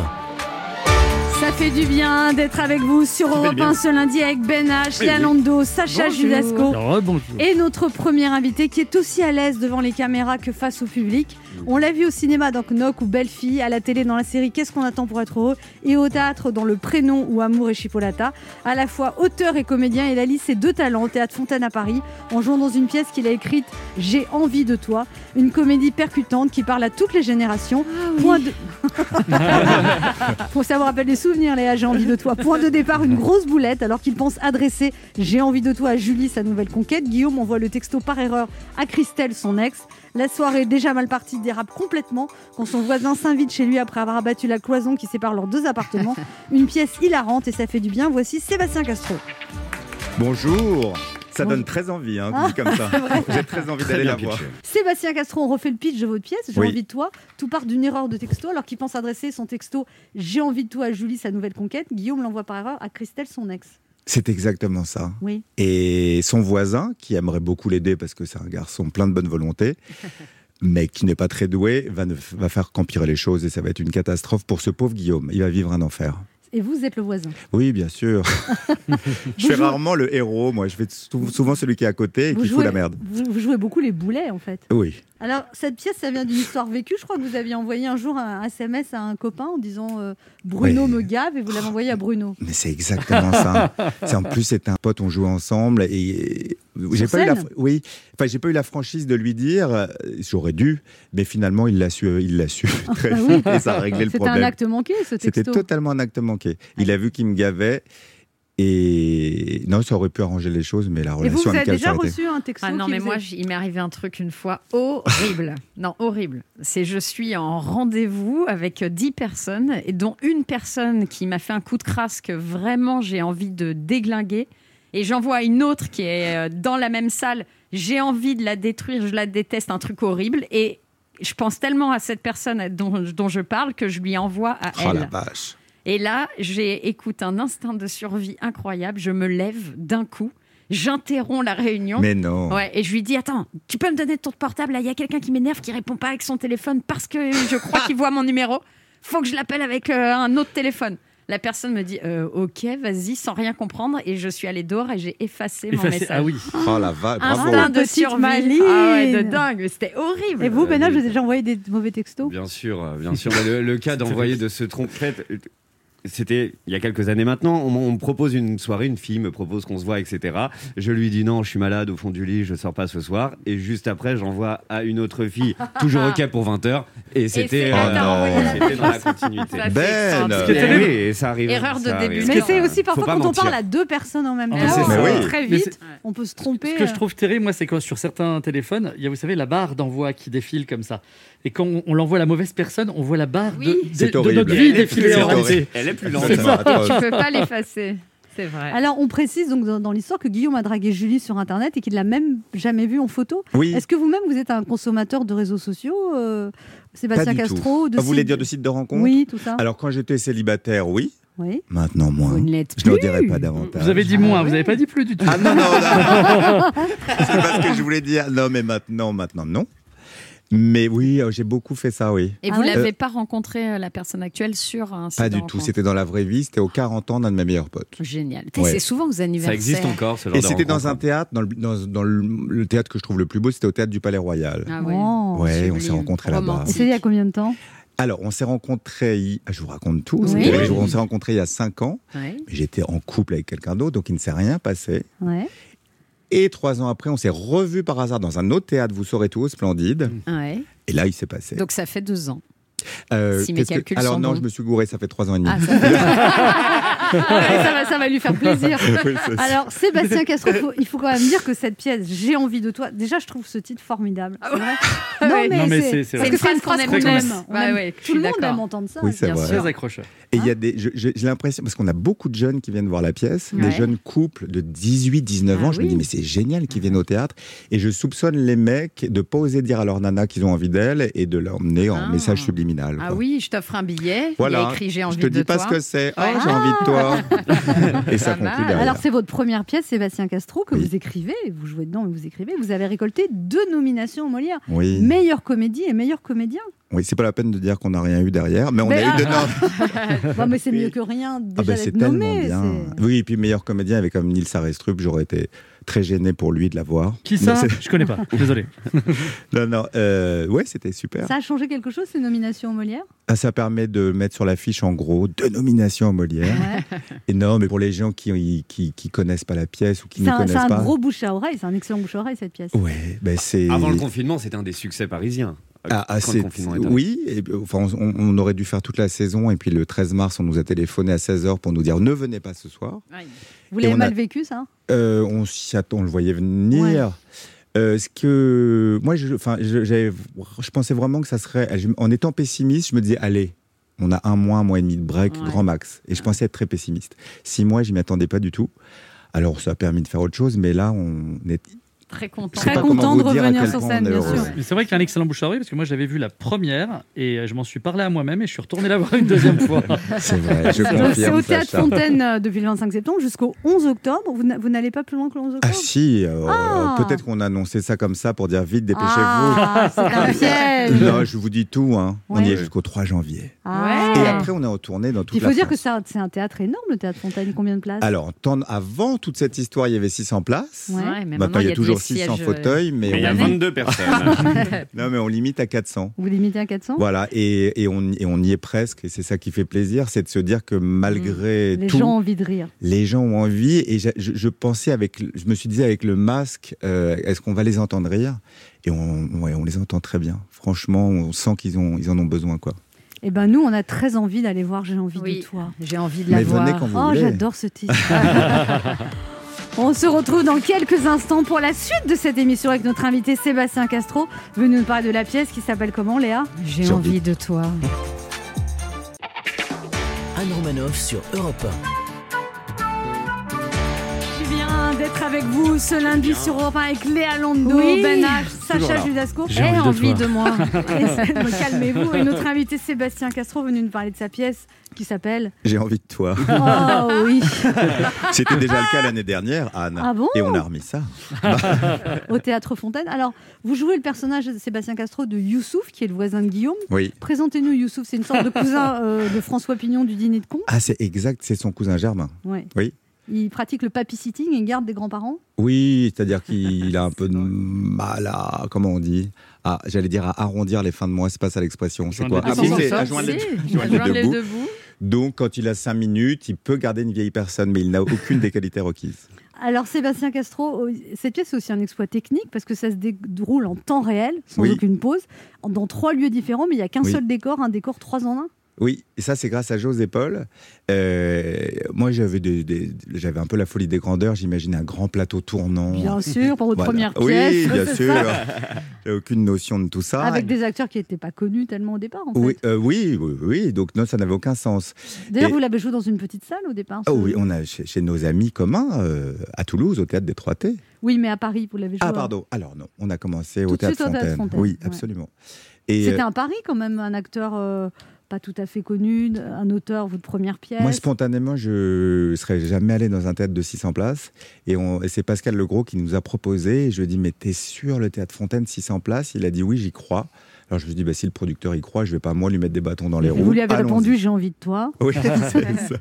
Speaker 3: Ça fait du bien d'être avec vous sur Europe 1 ce lundi avec Ben H, Yalando, Sacha
Speaker 4: Bonjour.
Speaker 3: Judasco
Speaker 6: Rebonjour.
Speaker 3: Oh. et notre premier invité qui est aussi à l'aise devant les caméras que face au public. On l'a vu au cinéma dans Knock ou Belle Fille, à la télé dans la série Qu'est-ce qu'on attend pour être heureux et au théâtre dans Le Prénom ou Amour et Chipolata. À la fois auteur et comédien, il allie ses deux talents au théâtre Fontaine à Paris en jouant dans une pièce qu'il a écrite J'ai envie de toi, une comédie percutante qui parle à toutes les générations. Point de... Pour savoir rappelle des souvenirs, Léa, j'ai envie de toi. Point de départ, une grosse boulette, alors qu'il pense adresser J'ai envie de toi à Julie, sa nouvelle conquête. Guillaume envoie le texto par erreur à Christelle, son ex. La soirée, déjà mal partie, dérape complètement quand son voisin s'invite chez lui après avoir abattu la cloison qui sépare leurs deux appartements. Une pièce hilarante et ça fait du bien. Voici Sébastien Castro.
Speaker 9: Bonjour
Speaker 3: Bonjour.
Speaker 9: Ça
Speaker 3: Ah,
Speaker 9: donne très envie, hein, dit comme ça. J'ai très envie d'aller la voir.
Speaker 3: Sébastien Castro, on refait le pitch de votre pièce. J'ai
Speaker 9: Oui.
Speaker 3: envie de toi. Tout part d'une erreur de texto, alors qu'il pense adresser son texto J'ai envie de toi à Julie, sa nouvelle conquête. Guillaume l'envoie par erreur à Christelle, son ex.
Speaker 9: C'est exactement ça.
Speaker 3: Oui.
Speaker 9: Et son voisin, qui aimerait beaucoup l'aider parce que c'est un garçon plein de bonne volonté, mais qui n'est pas très doué, va, ne- va faire qu'empirer les choses et ça va être une catastrophe pour ce pauvre Guillaume. Il va vivre un enfer.
Speaker 3: Et vous êtes le voisin.
Speaker 9: Oui, bien sûr. je fais
Speaker 3: Bonjour.
Speaker 9: rarement le héros, moi. Je fais sou- souvent celui qui est à côté et qui fout la merde.
Speaker 3: Vous, vous jouez beaucoup les boulets, en fait.
Speaker 9: Oui.
Speaker 3: Alors, cette pièce, ça vient d'une histoire vécue. Je crois que vous aviez envoyé un jour un SMS à un copain en disant euh, Bruno
Speaker 9: Oui.
Speaker 3: me gave et vous l'avez envoyé à Bruno.
Speaker 9: Mais c'est exactement ça. C'est en plus c'est un pote, on joue ensemble et j'ai
Speaker 3: Sur
Speaker 9: pas eu la
Speaker 3: scène
Speaker 9: oui, enfin j'ai pas eu la franchise de lui dire euh, j'aurais dû, mais finalement il l'a su, euh, il l'a su très
Speaker 3: Ah oui.
Speaker 9: vite et ça a réglé le
Speaker 3: C'était un
Speaker 9: problème.
Speaker 3: acte manqué, ce
Speaker 9: C'était
Speaker 3: texto.
Speaker 9: totalement un acte manqué. Il a vu qu'il me gavait et non ça aurait pu arranger les choses, mais la
Speaker 3: Et vous, vous
Speaker 9: relation
Speaker 3: avez
Speaker 9: amicale
Speaker 3: déjà
Speaker 9: s'arrêtait.
Speaker 3: reçu un texto
Speaker 4: Ah non,
Speaker 3: qui
Speaker 4: mais
Speaker 3: vous
Speaker 4: moi,
Speaker 3: est-
Speaker 4: j- il m'est arrivé un truc une fois horrible. non, horrible. C'est je suis en rendez-vous avec 10 personnes, et dont une personne qui m'a fait un coup de crasse que vraiment j'ai envie de déglinguer. Et j'envoie une autre qui est euh, dans la même salle. J'ai envie de la détruire, je la déteste, un truc horrible. Et je pense tellement à cette personne à- dont, dont je parle que je lui envoie à
Speaker 9: Oh
Speaker 4: elle.
Speaker 9: la vache.
Speaker 4: Et là, j'ai écoute un instinct de survie incroyable. Je me lève d'un coup, j'interromps la réunion.
Speaker 9: Mais non.
Speaker 4: Ouais, et je lui dis attends, tu peux me donner ton portable là, il y a quelqu'un qui m'énerve qui répond pas avec son téléphone parce que je crois qu'il voit mon numéro. faut que je l'appelle avec euh, un autre téléphone. La personne me dit euh, ok, vas-y, sans rien comprendre, et je suis allée dehors et j'ai effacé, mon
Speaker 6: Effacé-
Speaker 4: message.
Speaker 6: Ah oui.
Speaker 9: Oh la va, bravo.
Speaker 4: Instinct de
Speaker 3: Petite
Speaker 4: survie.
Speaker 3: maline.
Speaker 4: Ah ouais, de dingue, mais c'était horrible.
Speaker 3: Et vous, Benoît,
Speaker 7: Euh,
Speaker 3: je vous ai déjà envoyé des mauvais textos
Speaker 7: Bien sûr, euh, bien sûr. Mais le, le cas d'envoyer de ce trompette, c'était il y a quelques années maintenant. On, m- on me propose une soirée, une fille me propose qu'on se voit, etc. Je lui dis non, je suis malade au fond du lit, je sors pas ce soir. Et juste après, j'envoie à une autre fille, toujours OK pour 20h. Et
Speaker 4: c'est
Speaker 7: c'était
Speaker 10: euh,
Speaker 7: euh,
Speaker 4: là,
Speaker 9: t'as envoyé la
Speaker 7: c'était dans la continuité.
Speaker 4: Ça fait
Speaker 9: Ben,
Speaker 4: extraordinaire.
Speaker 9: euh,
Speaker 7: Eh oui, et ça arrive.
Speaker 4: Erreur de
Speaker 7: ça
Speaker 4: début.
Speaker 7: arrive.
Speaker 3: Mais c'est aussi
Speaker 7: Faut
Speaker 3: parfois
Speaker 7: pas
Speaker 3: quand on
Speaker 7: mentir.
Speaker 3: parle à deux personnes en même temps,
Speaker 6: Ah, c'est
Speaker 9: ça. Mais oui.
Speaker 3: très
Speaker 6: Mais c'est-
Speaker 3: vite, on peut se tromper.
Speaker 6: Ce que je
Speaker 3: euh.
Speaker 6: trouve terrible, moi, c'est que sur certains téléphones, il y a, vous savez, la barre d'envoi qui défile comme ça. Et quand on, on l'envoie à la mauvaise personne, on voit la barre de-
Speaker 4: Oui.
Speaker 6: de,
Speaker 9: C'est
Speaker 6: de
Speaker 9: horrible.
Speaker 6: notre
Speaker 7: Elle
Speaker 6: vie
Speaker 7: est plus
Speaker 6: défiler en
Speaker 7: lente.
Speaker 6: réalité.
Speaker 7: Elle est plus lente.
Speaker 9: Absolument atroce.
Speaker 4: Tu peux pas l'effacer. C'est vrai.
Speaker 3: Alors, on précise donc dans, dans l'histoire que Guillaume a dragué Julie sur Internet et qu'il l'a même jamais vue en photo.
Speaker 9: Oui.
Speaker 3: Est-ce que vous-même, vous êtes un consommateur de réseaux sociaux, euh, Sébastien
Speaker 9: du Ah,
Speaker 3: Castro de
Speaker 9: Vous voulez
Speaker 3: sites-
Speaker 9: dire de site de rencontre
Speaker 3: Oui, tout ça.
Speaker 9: Alors quand j'étais célibataire, oui.
Speaker 3: Oui.
Speaker 9: Maintenant, moins.
Speaker 4: Vous ne l'êtes
Speaker 9: Je n'en
Speaker 4: plus.
Speaker 9: dirai pas davantage.
Speaker 6: Vous avez dit moins, vous n'avez pas dit plus du tout.
Speaker 9: Ah non, non, non. C'est pas ce que je voulais dire. Non, mais maintenant, maintenant, non. Mais oui, euh, j'ai beaucoup fait ça, oui.
Speaker 4: Et
Speaker 3: Ah
Speaker 4: vous
Speaker 3: ouais
Speaker 4: l'avez pas rencontré euh, la personne actuelle sur un site
Speaker 9: Pas
Speaker 4: de
Speaker 9: du tout.
Speaker 4: rencontre.
Speaker 9: C'était dans la vraie vie. C'était aux 40 ans d'un de mes meilleurs potes.
Speaker 4: génial.
Speaker 9: Ouais.
Speaker 4: C'est souvent aux anniversaires.
Speaker 7: Ça existe encore, ce genre
Speaker 9: Et
Speaker 7: de
Speaker 9: c'était dans un
Speaker 7: rencontre. hein.
Speaker 9: théâtre, dans, le, dans- dans le- le théâtre que je trouve le plus beau, c'était au théâtre du Palais Royal.
Speaker 4: Ah ouais.
Speaker 3: Oh.
Speaker 9: ouais, on
Speaker 4: sublime.
Speaker 9: s'est rencontrés là-bas.
Speaker 3: Et c'était il y a combien de temps
Speaker 9: Alors, on s'est rencontrés, il- je vous raconte tout,
Speaker 4: Oui.
Speaker 9: c'était le
Speaker 7: Oui.
Speaker 9: jour où on s'est rencontrés il y a 5 ans,
Speaker 4: Ouais.
Speaker 9: mais j'étais en couple avec quelqu'un d'autre, donc il ne s'est rien passé.
Speaker 3: ouais.
Speaker 9: Et trois ans après, on s'est revus par hasard dans un autre théâtre, vous saurez tout, au Splendide,
Speaker 7: Mm.
Speaker 4: Ouais.
Speaker 9: et là, il s'est passé.
Speaker 4: Donc ça fait deux ans.
Speaker 9: Euh,
Speaker 4: si mes
Speaker 9: qu'est-ce que-
Speaker 4: calculs
Speaker 9: Alors
Speaker 4: sont
Speaker 9: non,
Speaker 4: bons.
Speaker 9: je me suis gouré, ça fait trois ans et demi.
Speaker 4: Ah, ça,
Speaker 9: Ah.
Speaker 4: va, Ah ça va lui faire plaisir.
Speaker 9: Oui, c'est ça.
Speaker 3: Alors, Sébastien Castro, faut- il faut quand même dire que cette pièce, J'ai envie de toi, déjà, je trouve ce titre formidable. C'est vrai
Speaker 4: Ah ouais.
Speaker 6: Non, mais c'est- c'est
Speaker 3: parce
Speaker 6: vrai.
Speaker 3: que c'est une phrase qu'on aime.
Speaker 4: tous.
Speaker 3: On
Speaker 4: Ouais,
Speaker 3: aime-
Speaker 4: ouais, je suis
Speaker 3: tout le monde
Speaker 4: d'accord.
Speaker 3: aime entendre ça.
Speaker 9: Oui, c'est
Speaker 3: bien
Speaker 9: vrai.
Speaker 3: sûr.
Speaker 6: Très accrocheur.
Speaker 9: Et
Speaker 4: hein
Speaker 9: il y a des, je- je- j'ai l'impression, parce qu'on a beaucoup de jeunes qui viennent voir la pièce,
Speaker 4: Ouais.
Speaker 9: des jeunes couples de 18, 19
Speaker 4: Ah
Speaker 9: ans. Je
Speaker 4: oui. Ah
Speaker 9: me dis, mais c'est génial qu'ils viennent au théâtre. Et je soupçonne les mecs de pas oser dire à leur nana qu'ils ont envie d'elle et de l'emmener en
Speaker 4: Ah.
Speaker 9: message subliminal.
Speaker 4: Ah
Speaker 9: quoi.
Speaker 4: oui, je t'offre un billet. Il y a
Speaker 9: Voilà.
Speaker 4: écrit J'ai envie
Speaker 9: je te
Speaker 4: de
Speaker 9: dis pas
Speaker 4: toi.
Speaker 9: ce que c'est. Oh,
Speaker 4: Ouais. Ah.
Speaker 9: j'ai envie de toi. et ça
Speaker 4: Pas mal.
Speaker 9: conclut derrière.
Speaker 3: Ah, Alors, c'est votre première pièce, Sébastien Castro, que
Speaker 9: Oui.
Speaker 3: vous écrivez, vous jouez dedans, mais vous écrivez. Vous avez récolté deux nominations au Molière
Speaker 9: oui,
Speaker 3: meilleure comédie et meilleur comédien.
Speaker 9: oui c'est pas la peine de dire qu'on n'a rien eu derrière, mais on
Speaker 3: Mais-
Speaker 9: a eu de non.
Speaker 3: Bah, mais c'est mieux que rien déjà
Speaker 9: Ah bah,
Speaker 3: d'être
Speaker 9: c'est tellement
Speaker 3: nommé.
Speaker 9: bien.
Speaker 3: c'est-
Speaker 9: Oui, et puis meilleur comédien avec comme Nils Arestrup, j'aurais été très gêné pour lui de l'avoir.
Speaker 6: Qui ça
Speaker 9: Mais
Speaker 6: Je connais pas, désolé.
Speaker 9: c'est- Non, non. euh, ouais, c'était super.
Speaker 3: Ça a changé quelque chose ces nominations au Molière
Speaker 9: Ah, Ça permet de mettre sur l'affiche, en gros, deux nominations à Molière. Et non, mais pour les gens qui, qui, qui connaissent pas la pièce ou qui
Speaker 3: C'est
Speaker 9: ne
Speaker 3: un, c'est
Speaker 9: connaissent
Speaker 3: un
Speaker 9: pas.
Speaker 3: gros bouche à oreille, c'est un excellent bouche à oreille cette pièce.
Speaker 9: Ouais, ben c'est.
Speaker 7: Avant le confinement, c'était un des succès parisiens.
Speaker 9: Ah, ah,
Speaker 7: Quand
Speaker 9: c'est-
Speaker 7: le confinement est arrivé.
Speaker 9: oui, et puis, enfin, on, on aurait dû faire toute la saison. Et puis le 13 mars, on nous a téléphoné à 16h pour nous dire ne venez pas ce soir.
Speaker 4: Ouais.
Speaker 3: Vous l'avez
Speaker 9: on a-
Speaker 3: mal vécu ça hein
Speaker 9: Euh, on, s'y attend- on le voyait venir. Euh, ce que moi, je, enfin, je, j'avais- je pensais vraiment que ça serait. je- en étant pessimiste, je me disais allez, on a un mois, un mois et demi de break,
Speaker 4: Ouais.
Speaker 9: grand max. Et je pensais être très pessimiste. Six mois, je m'y attendais pas du tout. Alors, ça a permis de faire autre chose, mais là, on est.
Speaker 4: Très content.
Speaker 9: je sais
Speaker 3: Très
Speaker 9: pas
Speaker 3: content
Speaker 9: comment
Speaker 3: de
Speaker 9: vous dire à
Speaker 3: revenir
Speaker 9: quel
Speaker 3: sur
Speaker 9: point
Speaker 3: scène,
Speaker 9: on est
Speaker 3: bien
Speaker 9: heureux.
Speaker 3: sûr.
Speaker 6: Mais c'est vrai qu'il y a un excellent bouche à oreille, parce que moi, j'avais vu la première et euh, je m'en suis parlé à moi-même et je suis retourné la voir une deuxième fois.
Speaker 9: C'est vrai, je
Speaker 3: Donc, C'est
Speaker 9: confirme.
Speaker 3: au Théâtre
Speaker 9: Sacha.
Speaker 3: Fontaine euh, depuis le 25 septembre jusqu'au 11 octobre. Vous n'a- vous n'allez pas plus loin que le 11
Speaker 9: Ah
Speaker 3: octobre
Speaker 9: si, euh,
Speaker 3: Ah.
Speaker 9: peut-être qu'on a annoncé ça comme ça pour dire vite, dépêchez-vous.
Speaker 3: Ah, c'est un piège
Speaker 9: Non, je vous dis tout, hein. on y
Speaker 3: Ouais.
Speaker 9: est jusqu'au 3 janvier.
Speaker 3: Ah.
Speaker 9: Et après, on est en tournée dans toute
Speaker 3: Il
Speaker 9: la
Speaker 3: faut dire que
Speaker 9: France.
Speaker 3: c'est un, c'est un théâtre énorme, le Théâtre Fontaine. Combien de places
Speaker 9: Alors, en temps- avant toute cette histoire, il y avait 600 places.
Speaker 3: Ouais.
Speaker 4: mais
Speaker 9: Maintenant, Bah, il y a
Speaker 4: des
Speaker 9: toujours
Speaker 4: sièges,
Speaker 9: 600
Speaker 4: euh,
Speaker 9: fauteuils, mais,
Speaker 7: Mais il y a
Speaker 9: on,
Speaker 4: Condamné.
Speaker 7: 22 personnes.
Speaker 9: non, mais on limite à 400.
Speaker 3: Vous limitez à 400
Speaker 9: Voilà, et, et on, et on y est presque, et c'est ça qui fait plaisir, c'est de se dire que malgré
Speaker 3: Mm. Les
Speaker 9: tout,
Speaker 3: gens ont envie de rire.
Speaker 9: les gens ont envie, et j'a- je, je pensais avec, le- je me suis dit avec le masque, euh, est-ce qu'on va les entendre rire Et on, ouais, on les entend très bien. Franchement, on sent qu'ils ont, ils en ont besoin, quoi.
Speaker 3: Et ben nous, on a très envie d'aller voir J'ai envie
Speaker 4: Oui.
Speaker 3: de toi.
Speaker 4: J'ai envie de la
Speaker 9: Mais
Speaker 4: voir.
Speaker 9: venez quand vous
Speaker 3: Oh,
Speaker 9: voulez.
Speaker 3: j'adore ce titre. On se retrouve dans quelques instants pour la suite de cette émission avec notre invité Sébastien Castro, venu nous parler de la pièce qui s'appelle comment, Léa
Speaker 4: J'ai
Speaker 9: J'ai
Speaker 4: envie de toi.
Speaker 2: Anne Romanoff sur Europe
Speaker 3: Je viens d'être avec vous ce lundi sur Europe 1 avec Léa Londo,
Speaker 4: Oui.
Speaker 3: Ben
Speaker 9: Ah,
Speaker 3: H,
Speaker 6: Toujours
Speaker 3: Sacha
Speaker 6: là.
Speaker 3: Judasco.
Speaker 6: J'ai envie de toi.
Speaker 4: moi.
Speaker 3: Et- Calmez-vous. Et notre invité Sébastien Castro venu nous parler de sa pièce qui s'appelle
Speaker 9: J'ai envie de toi.
Speaker 3: Oh oui.
Speaker 9: C'était déjà le cas l'année dernière, Anne.
Speaker 3: Ah bon
Speaker 9: Et on a remis ça.
Speaker 3: Au théâtre Fontaine. Alors, vous jouez le personnage de Sébastien Castro de Youssouf, qui est le voisin de Guillaume.
Speaker 9: Oui.
Speaker 3: Présentez-nous Youssouf, c'est une sorte de cousin euh, de François Pignon du dîner de con.
Speaker 9: Ah, c'est exact, c'est son cousin Germain.
Speaker 3: Ouais.
Speaker 9: Oui.
Speaker 3: Il pratique le papy sitting et garde des grands-parents.
Speaker 9: Oui, c'est-à-dire qu'il a un peu de mal à. Comment on dit Ah, J'allais dire à arrondir les fins de mois, c'est pas ça l'expression. C'est
Speaker 6: Joindre les
Speaker 9: quoi Ah,
Speaker 6: deux bouts.
Speaker 9: si, c'est
Speaker 6: Ça,
Speaker 9: joindre les-
Speaker 4: Si,
Speaker 9: joindre les
Speaker 4: joindre
Speaker 9: deux
Speaker 4: les
Speaker 9: bouts.
Speaker 4: deux bouts.
Speaker 9: Donc, quand il a cinq minutes, il peut garder une vieille personne, mais il n'a aucune des qualités requises.
Speaker 3: Alors, Sébastien Castro, euh, cette pièce, c'est aussi un exploit technique parce que ça se déroule en temps réel, sans
Speaker 9: Oui.
Speaker 3: aucune pause, en- dans trois lieux différents, mais il n'y a qu'un
Speaker 9: Oui.
Speaker 3: seul décor, un décor trois en un.
Speaker 9: Oui, et ça c'est grâce à José Paul. Euh, moi j'avais des- des- j'avais un peu la folie des grandeurs, j'imaginais un grand plateau tournant.
Speaker 3: Bien sûr, pour votre
Speaker 9: Mmh. Voilà.
Speaker 3: première
Speaker 9: Oui,
Speaker 3: pièce.
Speaker 9: bien
Speaker 3: c'est
Speaker 9: sûr.
Speaker 3: ça,
Speaker 9: J'ai aucune notion de tout ça.
Speaker 3: Avec des acteurs qui n'étaient pas connus tellement au départ. En fait.
Speaker 9: oui, euh, oui, oui, oui, donc non, ça n'avait aucun sens.
Speaker 3: D'ailleurs,
Speaker 9: Et-
Speaker 3: vous l'avez joué dans une petite salle au départ.
Speaker 9: Oh
Speaker 3: ce-
Speaker 9: oui, on a chez, chez nos amis communs euh, à Toulouse, au théâtre des 3T.
Speaker 3: Oui, mais à Paris, vous l'avez joué.
Speaker 9: Ah pardon, alors non, on a commencé
Speaker 3: Tout
Speaker 9: au
Speaker 3: de
Speaker 9: théâtre
Speaker 3: suite au théâtre
Speaker 9: Fontaine.
Speaker 3: Fontaine,
Speaker 9: Oui,
Speaker 3: ouais.
Speaker 9: absolument. Et
Speaker 3: C'était
Speaker 9: euh,
Speaker 3: un pari quand même, un acteur euh, pas tout à fait connu, un auteur, votre première pièce.
Speaker 9: moi, spontanément, je serais jamais allé dans un théâtre de 600 places. Et, on- et c'est Pascal Legros qui nous a proposé. Et je lui ai dit, mais t'es sûr, le théâtre Fontaine, 600 places Il a dit, oui, j'y crois. Alors je me suis dit, bah, si le producteur y croit, je vais pas moi lui mettre des bâtons dans les
Speaker 3: Et
Speaker 9: roues.
Speaker 3: vous lui avez
Speaker 9: Allons-y.
Speaker 3: répondu, j'ai envie de toi.
Speaker 9: Oui, c'est ça.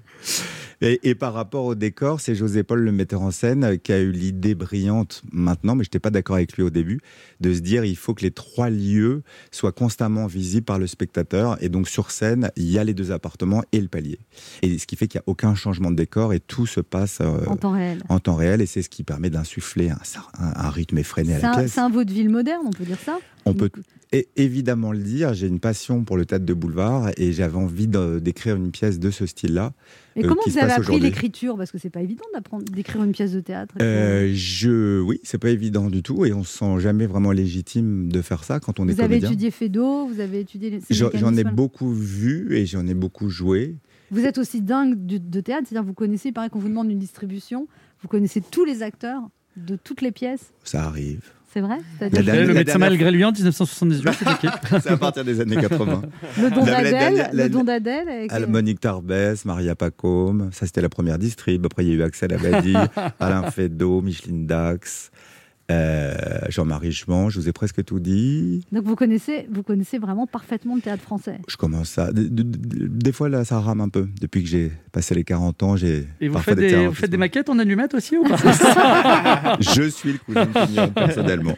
Speaker 9: Et, et par rapport au décor, c'est José Paul, le metteur en scène, euh, qui a eu l'idée brillante maintenant, mais je n'étais pas d'accord avec lui au début, de se dire il faut que les trois lieux soient constamment visibles par le spectateur. Et donc sur scène, il y a les deux appartements et le palier. Et ce qui fait qu'il n'y a aucun changement de décor et tout se passe euh,
Speaker 3: en temps réel.
Speaker 9: en temps réel. Et c'est ce qui permet d'insuffler un, cer- un- un rythme effréné à
Speaker 3: C'est
Speaker 9: la
Speaker 3: un,
Speaker 9: pièce.
Speaker 3: c'est un vaudeville moderne, on peut dire ça.
Speaker 9: On peut é- évidemment le dire, j'ai une passion pour le théâtre de boulevard et j'avais envie de- d'écrire une pièce de ce style-là.
Speaker 3: Et
Speaker 9: euh,
Speaker 3: comment
Speaker 9: qui
Speaker 3: vous
Speaker 9: se
Speaker 3: avez
Speaker 9: passe
Speaker 3: appris
Speaker 9: aujourd'hui.
Speaker 3: l'écriture Parce que c'est pas évident d'apprendre d'écrire une pièce de théâtre.
Speaker 9: Euh, je, oui, c'est pas évident du tout, et on se sent jamais vraiment légitime de faire ça quand on est
Speaker 3: vous avez
Speaker 9: comédien.
Speaker 3: étudié Fedot, vous avez étudié. les- ces
Speaker 9: J'en j'en ai
Speaker 3: mécanismes-là.
Speaker 9: beaucoup vu et j'en ai beaucoup joué.
Speaker 3: Vous êtes aussi dingue du- de théâtre, c'est-à-dire vous connaissez, il paraît qu'on vous demande une distribution, vous connaissez tous les acteurs de toutes les pièces,
Speaker 9: Ça arrive.
Speaker 3: c'est vrai
Speaker 9: La
Speaker 3: C'est-à-dire
Speaker 9: dernière-
Speaker 6: Le
Speaker 9: la
Speaker 6: médecin
Speaker 9: dernière-
Speaker 6: malgré lui en 1978, c'est ok.
Speaker 9: C'est à partir des années 80.
Speaker 3: le don
Speaker 9: La- la- la-
Speaker 3: d'Adèle,
Speaker 9: la- la-
Speaker 3: le don d'Adèle. avec-
Speaker 9: Al- Monique Tarbès, Maria Pacôme, ça c'était la première distrib. Après, il y a eu Axel Abadi, Alain Fedot, Micheline Dax, euh, Jean-Marie Chement. Je vous ai presque tout dit.
Speaker 3: Donc vous connaissez, vous connaissez vraiment parfaitement le théâtre français.
Speaker 9: Je commence à. de- de- de- Des fois, là, ça rame un peu. Depuis que j'ai passé les 40 ans, j'ai.
Speaker 6: Et vous
Speaker 9: parfois
Speaker 6: faites, des,
Speaker 9: terrains
Speaker 6: vous faites
Speaker 9: plus-
Speaker 6: des maquettes en allumettes aussi ou pas
Speaker 9: Je suis le cousin de Pignon, personnellement.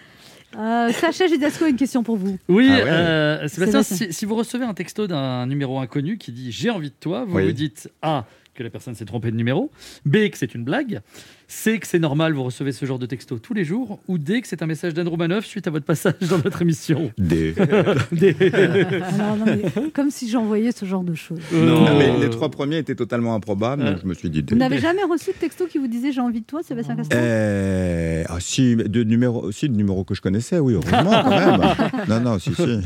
Speaker 3: Euh, Sacha Judasco, une question pour vous.
Speaker 6: Oui,
Speaker 9: Ah ouais.
Speaker 6: euh, Sébastien,
Speaker 3: Sébastien.
Speaker 6: si, si vous recevez un texto d'un numéro inconnu qui dit j'ai envie de toi, vous
Speaker 9: Oui.
Speaker 6: vous dites A, que la personne s'est trompée de numéro, B, que c'est une blague, C, que c'est normal, vous recevez ce genre de texto tous les jours, ou D, que c'est un message d'Anne Roumanoff suite à votre passage dans notre émission.
Speaker 9: Des...
Speaker 6: D.
Speaker 3: Alors, non, mais comme si j'envoyais ce genre de choses.
Speaker 9: Non,
Speaker 10: Ah,
Speaker 6: Euh,
Speaker 9: mais les trois premiers étaient totalement improbables, donc je me suis dit.
Speaker 3: Vous n'avez jamais reçu de texto qui vous disait j'ai envie de toi, Sébastien Castro
Speaker 9: Euh, ah, si, de numéro, si, de numéro que je connaissais, oui, heureusement quand même. Non, non, si, si.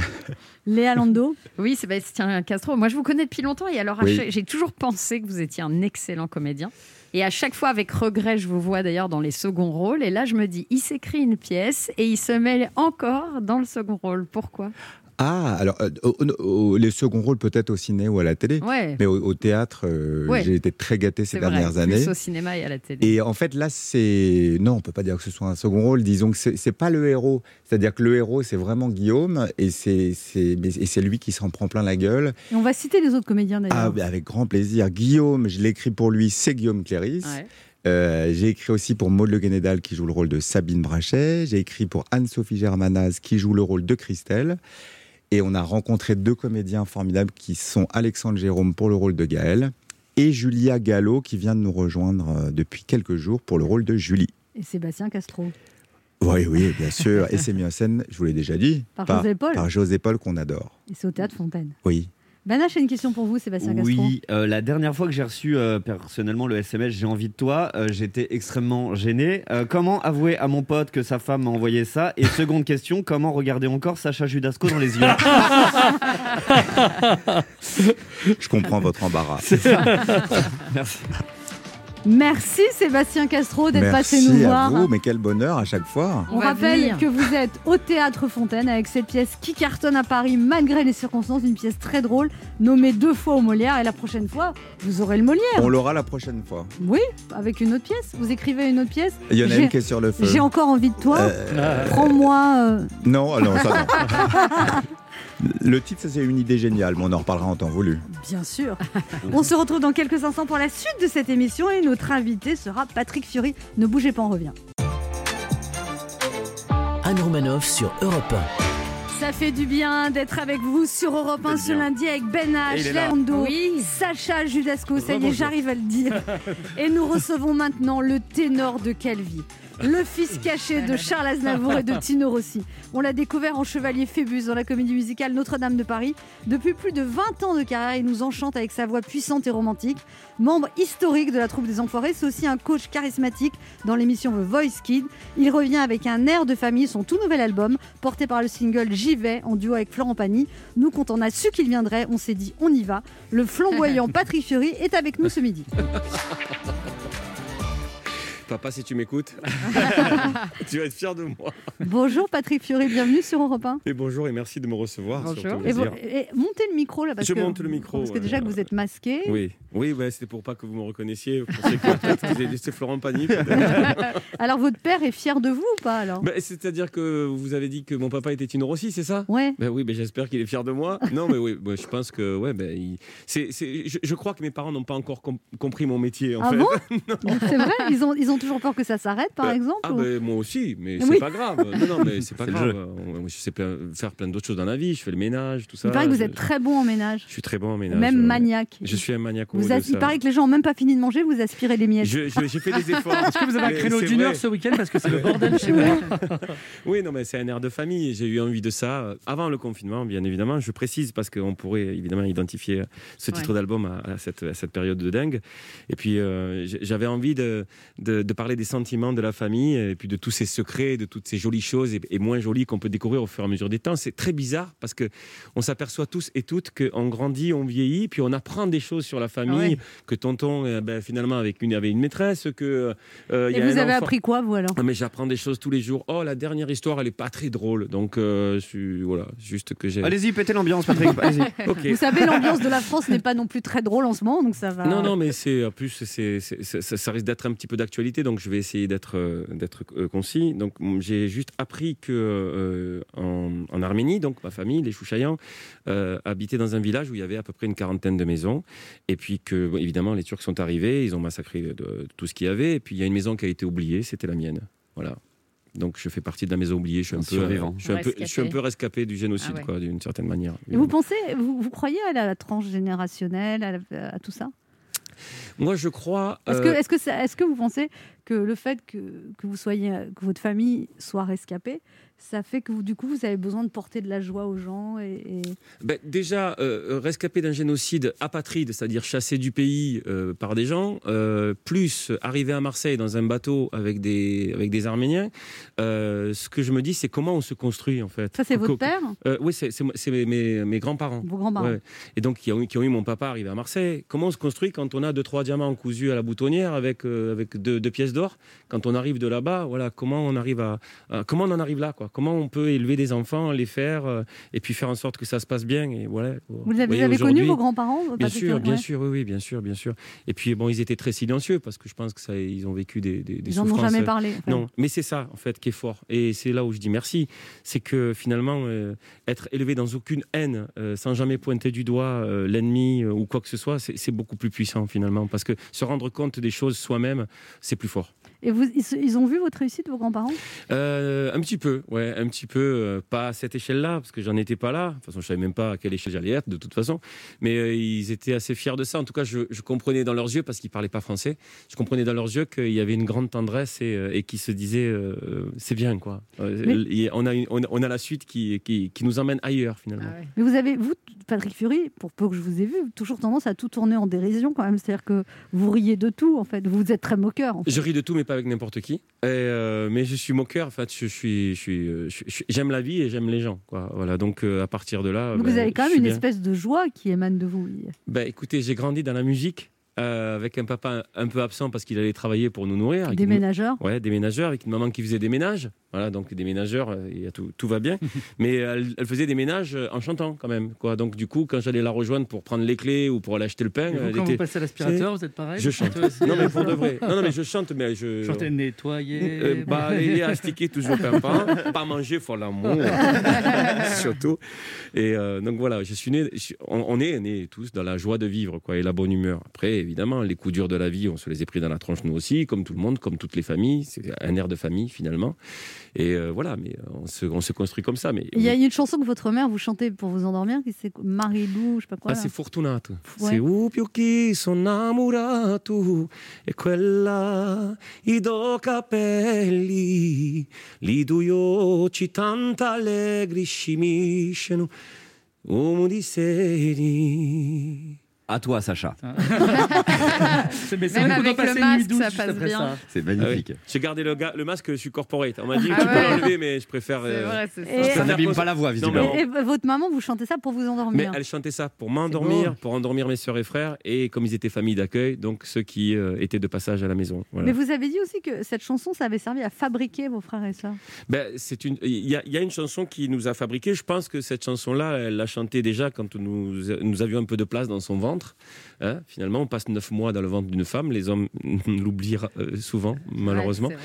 Speaker 3: Léa Lando,
Speaker 4: Oui, Sébastien Castro. Moi, je vous connais depuis longtemps et alors à
Speaker 9: Oui.
Speaker 4: chaque- j'ai toujours pensé que vous étiez un excellent comédien. Et à chaque fois, avec regret, je vous vois d'ailleurs dans les seconds rôles. Et là, je me dis, il s'écrit une pièce et il se mêle encore dans le second rôle. Pourquoi
Speaker 9: Ah, alors, euh, au- au- les seconds rôles peut-être au ciné ou à la télé,
Speaker 4: Ouais,
Speaker 9: mais au, au théâtre, euh,
Speaker 4: Ouais.
Speaker 9: j'ai été très gâté ces
Speaker 4: c'est vrai.
Speaker 9: dernières
Speaker 4: Plus
Speaker 9: années.
Speaker 4: au cinéma et à la télé.
Speaker 9: Et en fait, là, c'est. Non, on peut pas dire que ce soit un second rôle. Disons que c'est c'est pas le héros. C'est-à-dire que le héros, c'est vraiment Guillaume, et c'est c'est- mais- et c'est lui qui s'en prend plein la gueule.
Speaker 3: et on va citer les autres comédiens
Speaker 9: Ah,
Speaker 3: d'ailleurs.
Speaker 9: mais avec grand plaisir. Guillaume, je l'écris pour lui, c'est Guillaume Cléris.
Speaker 4: Ouais.
Speaker 9: Euh, j'ai écrit aussi pour Maud Le Guénédal qui joue le rôle de Sabine Brachet. J'ai écrit pour Anne-Sophie Germanaz qui joue le rôle de Christelle. Et on a rencontré deux comédiens formidables qui sont Alexandre Jérôme pour le rôle de Gaël et Julia Gallo qui vient de nous rejoindre euh, depuis quelques jours pour le rôle de Julie.
Speaker 3: Et Sébastien Castro,
Speaker 9: Oui, oui, bien sûr. Et c'est mis en scène, je vous l'ai déjà dit,
Speaker 3: par José Paul,
Speaker 9: par José Paul qu'on adore.
Speaker 3: et c'est au théâtre Fontaine.
Speaker 9: Oui.
Speaker 3: Banache a une question pour vous, Sébastien Castro.
Speaker 7: Oui, euh, la dernière fois que j'ai reçu euh, personnellement le SMS J'ai envie de toi, euh, j'étais extrêmement gêné. Euh, comment avouer à mon pote que sa femme m'a envoyé ça Et seconde question, comment regarder encore Sacha Judasco dans les yeux
Speaker 9: Je comprends votre embarras.
Speaker 3: Merci Sébastien Castro d'être passé
Speaker 9: Merci
Speaker 3: nous
Speaker 9: à
Speaker 3: voir. hein.
Speaker 9: vous, mais quel bonheur à chaque fois.
Speaker 3: On,
Speaker 4: On va
Speaker 3: rappelle
Speaker 4: venir.
Speaker 3: que vous êtes au Théâtre Fontaine avec cette pièce qui cartonne à Paris malgré les circonstances, une pièce très drôle, nommée deux fois au Molière et la prochaine fois, vous aurez le Molière.
Speaker 9: On l'aura la prochaine fois.
Speaker 3: Oui, avec une autre pièce. Vous écrivez une autre pièce.
Speaker 9: Il y en a
Speaker 3: J'ai-
Speaker 9: une qui est sur le feu.
Speaker 3: J'ai encore envie de toi.
Speaker 9: Euh,
Speaker 3: Prends-moi. euh,
Speaker 9: Non, alors ça non. Le titre, ça c'est une idée géniale, mais on en reparlera en temps voulu.
Speaker 3: Bien sûr. On se retrouve dans quelques instants pour la suite de cette émission et notre invité sera Patrick Fiori. Ne bougez pas, on revient.
Speaker 2: Anne Romanoff sur Europe
Speaker 3: Ça fait du bien d'être avec vous sur Europe 1 ce lundi avec Ben
Speaker 5: Et il
Speaker 3: H,
Speaker 5: est là.
Speaker 3: Lando, Sacha Judasco, ça y est,
Speaker 6: Rebonjour.
Speaker 3: j'arrive à le dire. Et nous recevons maintenant le ténor de Calvi, le fils caché de Charles Aznavour et de Tino Rossi. On l'a découvert en chevalier Phébus dans la comédie musicale Notre-Dame de Paris. Depuis plus de 20 ans de carrière, il nous enchante avec sa voix puissante et romantique. Membre historique de la troupe des Enfoirés, c'est aussi un coach charismatique dans l'émission The Voice Kid. Il revient avec un air de famille, son tout nouvel album, porté par le single J'y vais en duo avec Florent Pagny. Nous, quand on a su qu'il viendrait, on s'est dit on y va. Le flamboyant Patrick Fiori est avec nous ce midi.
Speaker 10: Papa, si tu m'écoutes, tu vas être fier de moi.
Speaker 3: Bonjour Patrick Fiori, bienvenue sur Europe 1.
Speaker 10: Et bonjour et merci de me recevoir.
Speaker 4: Bonjour.
Speaker 10: surtout,
Speaker 3: Et,
Speaker 10: plaisir.
Speaker 3: vous- et montez le micro là parce
Speaker 10: Je
Speaker 3: que
Speaker 10: monte le micro,
Speaker 3: parce que déjà
Speaker 10: ouais.
Speaker 3: que vous êtes masqué.
Speaker 10: Oui, oui ouais, c'était pour pas que vous me reconnaissiez. Vous pensez que peut-être que vous avez laissé Florent Pagny. peut-être.
Speaker 3: Alors votre père est fier de vous ou pas alors
Speaker 10: Bah, C'est-à-dire que vous avez dit que mon papa était une Rossi, c'est ça
Speaker 3: Ouais.
Speaker 10: Ben oui, ben j'espère qu'il est fier de moi. Non, mais oui, ben je pense que ouais, ben il- c'est, c'est- je, je crois que mes parents n'ont pas encore com- compris mon métier en
Speaker 3: Ah
Speaker 10: fait.
Speaker 3: bon C'est vrai, ils ont, ils ont toujours peur que ça s'arrête par
Speaker 10: Euh,
Speaker 3: exemple
Speaker 10: Ah
Speaker 3: ou-
Speaker 10: ben moi aussi, mais c'est
Speaker 3: Oui.
Speaker 10: pas grave. Non, non, mais c'est pas
Speaker 7: C'est le
Speaker 10: grave. euh, On- Je sais plein- faire plein d'autres choses dans la vie. Je fais le ménage, tout ça.
Speaker 3: Il paraît que vous
Speaker 10: Je-
Speaker 3: êtes très bon en ménage,
Speaker 10: Je suis très bon en ménage.
Speaker 3: même
Speaker 10: ouais.
Speaker 3: maniaque.
Speaker 10: Je suis un maniaque.
Speaker 3: Vous
Speaker 10: de
Speaker 3: as-
Speaker 10: ça.
Speaker 3: Il paraît que les gens n'ont même pas fini de manger, vous aspirez les miettes.
Speaker 10: Je- je- J'ai fait des efforts.
Speaker 6: Est-ce que vous avez un
Speaker 10: Mais
Speaker 6: créneau
Speaker 10: c'est
Speaker 6: d'une heure
Speaker 10: vrai.
Speaker 6: ce week-end Parce que c'est le bordel chez moi.
Speaker 10: Oui, non, mais c'est un air de famille. J'ai eu envie de ça euh, avant le confinement, bien évidemment. Je précise parce qu'on pourrait évidemment identifier euh, ce titre
Speaker 4: Ouais.
Speaker 10: d'album à, à cette, à cette période de dingue. Et puis, euh, j- j'avais envie de, de, de parler des sentiments de la famille et puis de tous ces secrets, de toutes ces jolies choses et, et moins jolies qu'on peut découvrir au fur et à mesure des temps. C'est très bizarre parce que on s'aperçoit tous et toutes qu'on grandit, on vieillit, puis on apprend des choses sur la famille.
Speaker 4: Ouais.
Speaker 10: Que tonton, euh, ben, finalement, avec une, avait une maîtresse, que. euh, il y
Speaker 3: Et
Speaker 10: a
Speaker 3: vous
Speaker 10: un
Speaker 3: avez
Speaker 10: enfant-
Speaker 3: appris quoi vous alors
Speaker 10: ah, Mais j'apprends des choses tous les jours. Oh, la dernière histoire, elle est pas très drôle. Donc, euh, je suis- voilà, juste que j'ai.
Speaker 5: Allez-y, pétez l'ambiance, Patrick. Allez-y.
Speaker 10: Ok.
Speaker 3: Vous savez, l'ambiance de la France n'est pas non plus très drôle en ce moment, donc ça va.
Speaker 10: Non, non, mais c'est en plus, c'est- c'est- ça- ça, ça risque d'être un petit peu d'actualité, donc je vais essayer d'être euh, d'être euh, concis. Donc m- j'ai juste appris que euh, en, en Arménie, donc ma famille, les Chouchaïans, euh, habitaient dans un village où il y avait à peu près une quarantaine de maisons, et puis que bon, évidemment les Turcs sont arrivés, ils ont massacré de- de tout ce qu'il y avait, et puis il y a une maison qui a été oubliée, c'était la mienne. Voilà. Donc je fais partie de la maison oubliée, je suis un,
Speaker 7: Un
Speaker 10: peu
Speaker 7: survivant.
Speaker 10: Je suis un peu, je suis un
Speaker 4: Rescapé.
Speaker 10: peu rescapé du génocide,
Speaker 4: Ah ouais.
Speaker 10: quoi, d'une certaine manière.
Speaker 3: Et vous pensez, vous, vous croyez à la tranche générationnelle, à, la- à tout ça
Speaker 10: Moi je crois.
Speaker 3: Est-ce
Speaker 10: euh,
Speaker 3: que, est-ce que, ça- est-ce que vous pensez que le fait que, que vous soyez, que votre famille soit rescapée, ça fait que vous, du coup, vous avez besoin de porter de la joie aux gens et, et-
Speaker 10: Ben, déjà, euh, rescapé d'un génocide apatride, c'est-à-dire chassé du pays euh, par des gens, euh, plus arrivé à Marseille dans un bateau avec des, avec des Arméniens, euh, ce que je me dis, c'est comment on se construit en fait.
Speaker 3: ça, c'est votre
Speaker 10: Co-
Speaker 3: père,
Speaker 10: Euh, Oui, c'est c'est moi- c'est mes, mes- euh, mes grands-parents.
Speaker 3: vos grands-parents.
Speaker 10: Ouais. Et donc, qui ont, eu- qui ont eu mon papa arrivé à Marseille. Comment on se construit quand on a deux, trois diamants cousus à la boutonnière avec, euh, avec deux, deux pièces d'or Quand on arrive de là-bas, voilà, comment on arrive à, à- comment on en arrive là, quoi Comment on peut élever des enfants, les faire, euh, et puis faire en sorte que ça se passe bien et voilà.
Speaker 3: Vous les avez,
Speaker 10: voyez,
Speaker 3: vous avez connu
Speaker 10: aujourd'hui-
Speaker 3: vos grands-parents
Speaker 10: Bien
Speaker 3: Patrick
Speaker 10: sûr,
Speaker 3: Fiori
Speaker 10: bien
Speaker 3: Ouais.
Speaker 10: sûr, oui, oui, bien sûr, bien sûr. Et puis bon, ils étaient très silencieux parce que je pense que ça, ils ont vécu des, des, des
Speaker 3: Ils n'en ont
Speaker 10: souffrances. euh,
Speaker 3: jamais parlé. enfin.
Speaker 10: Non, mais c'est ça en fait qui est fort. Et c'est là où je dis merci, c'est que finalement euh, être élevé dans aucune haine, euh, sans jamais pointer du doigt euh, l'ennemi euh, ou quoi que ce soit, c'est c'est beaucoup plus puissant finalement parce que se rendre compte des choses soi-même, c'est plus fort.
Speaker 3: Et vous, ils, se- ils ont vu votre réussite, vos grands-parents
Speaker 10: Euh, un petit peu, ouais, un petit peu, euh, pas à cette échelle-là, parce que j'en étais pas là. De toute façon, je savais même pas à quelle échelle j'allais être, de toute façon. Mais euh, ils étaient assez fiers de ça. En tout cas, je, je comprenais dans leurs yeux, parce qu'ils parlaient pas français, je comprenais dans leurs yeux qu'il y avait une grande tendresse et, euh, et qu'ils se disaient, euh, euh, c'est bien, quoi. Euh,
Speaker 3: Mais-
Speaker 10: et on, a une- on, on a la suite qui, qui, qui nous emmène ailleurs, finalement.
Speaker 3: Mais vous avez, vous, Patrick Fury, pour peu que je vous ai vu, toujours tendance à tout tourner en dérision quand même. C'est-à-dire que vous riez de tout, en fait. Vous êtes très moqueur. en fait.
Speaker 10: Je ris de tout, mais pas avec n'importe qui. Et, euh, mais je suis moqueur. En fait, je suis, je suis, euh, je- je- j'aime la vie et j'aime les gens. Quoi. Voilà. Donc, euh, à partir de là,
Speaker 3: Donc
Speaker 10: ben,
Speaker 3: vous avez quand même
Speaker 10: je suis
Speaker 3: une
Speaker 10: bien.
Speaker 3: espèce de joie qui émane de vous.
Speaker 10: Bah, écoutez, j'ai grandi dans la musique. euh, avec un papa un peu absent parce qu'il allait travailler pour nous nourrir. avec
Speaker 3: Des
Speaker 10: une-
Speaker 3: ménageurs
Speaker 10: Ouais, des ménageurs, avec une maman qui faisait des ménages. Voilà, donc des ménageurs, euh, il y a tout, tout va bien. Mais elle, elle faisait des ménages euh, en chantant quand même. Quoi. Donc du coup, quand j'allais la rejoindre pour prendre les clés ou pour aller acheter le pain,
Speaker 6: Et Euh, vous,
Speaker 10: elle
Speaker 6: quand
Speaker 10: était-
Speaker 6: vous passez à l'aspirateur, vous êtes pareil
Speaker 10: Euh, Je
Speaker 6: vous
Speaker 10: chante.
Speaker 6: chantez aussi
Speaker 10: Non mais pour de vrai. Non, non, mais je chante, mais je.
Speaker 6: Chanter, nettoyer.
Speaker 10: Euh, bah, il est astiqué toujours pimpant. Pas manger, faut l'amour. Surtout. Et euh, donc voilà, je suis né, je suis- on, on est nés tous dans la joie de vivre quoi, et la bonne humeur. Après, évidemment, les coups durs de la vie, on se les est pris dans la tronche nous aussi, comme tout le monde, comme toutes les familles. C'est un air de famille finalement. Et euh, voilà, mais euh, on se, on se construit comme ça. Mais
Speaker 3: Il y a une chanson que votre mère vous chantait pour vous endormir, qui c'est Marilou, je sais pas quoi.
Speaker 10: Ah,
Speaker 3: là.
Speaker 10: c'est Fortunato.
Speaker 3: Ouais.
Speaker 10: C'est où più chi sono innamorato e quella i do capelli li due occhi tanto allegri scimiscono uomo di seri.
Speaker 7: À toi, Sacha.
Speaker 6: C'est- mais c'est vrai qu'on
Speaker 4: Même
Speaker 6: doit
Speaker 4: avec le
Speaker 6: passer une nuit
Speaker 4: masque,
Speaker 6: douce
Speaker 4: ça
Speaker 6: juste
Speaker 4: passe
Speaker 6: après
Speaker 4: bien.
Speaker 6: ça.
Speaker 7: C'est magnifique.
Speaker 10: J'ai gardé le, ga- le masque, je suis corporate. On m'a dit
Speaker 4: Ah
Speaker 10: tu peux
Speaker 4: ouais.
Speaker 10: l'enlever, mais je préfère.
Speaker 4: C'est
Speaker 10: euh,
Speaker 4: vrai, c'est ça.
Speaker 3: Et-
Speaker 7: Ça
Speaker 10: Ça
Speaker 7: n'abîme
Speaker 10: pose-
Speaker 7: pas la voix,
Speaker 10: Non,
Speaker 7: visiblement.
Speaker 10: mais
Speaker 3: Et, et votre maman vous chantait ça pour vous
Speaker 10: Mais
Speaker 3: endormir.
Speaker 10: elle chantait ça pour
Speaker 6: C'est
Speaker 10: m'endormir,
Speaker 6: beau.
Speaker 10: pour endormir mes sœurs et frères, et comme ils étaient famille d'accueil, donc ceux qui euh, étaient de passage à la maison. Voilà.
Speaker 3: Mais vous avez dit aussi que cette chanson, ça avait servi à fabriquer vos frères et sœurs.
Speaker 10: Ben, c'est une. Il y, a- il y a une chanson qui nous a fabriqué. Je pense que cette chanson-là, elle l'a chantée déjà quand nous, nous avions un peu de place dans son ventre. hein. Finalement, on passe neuf mois dans le ventre d'une femme. Les hommes l'oublient ra- euh, souvent, malheureusement.
Speaker 4: Ouais,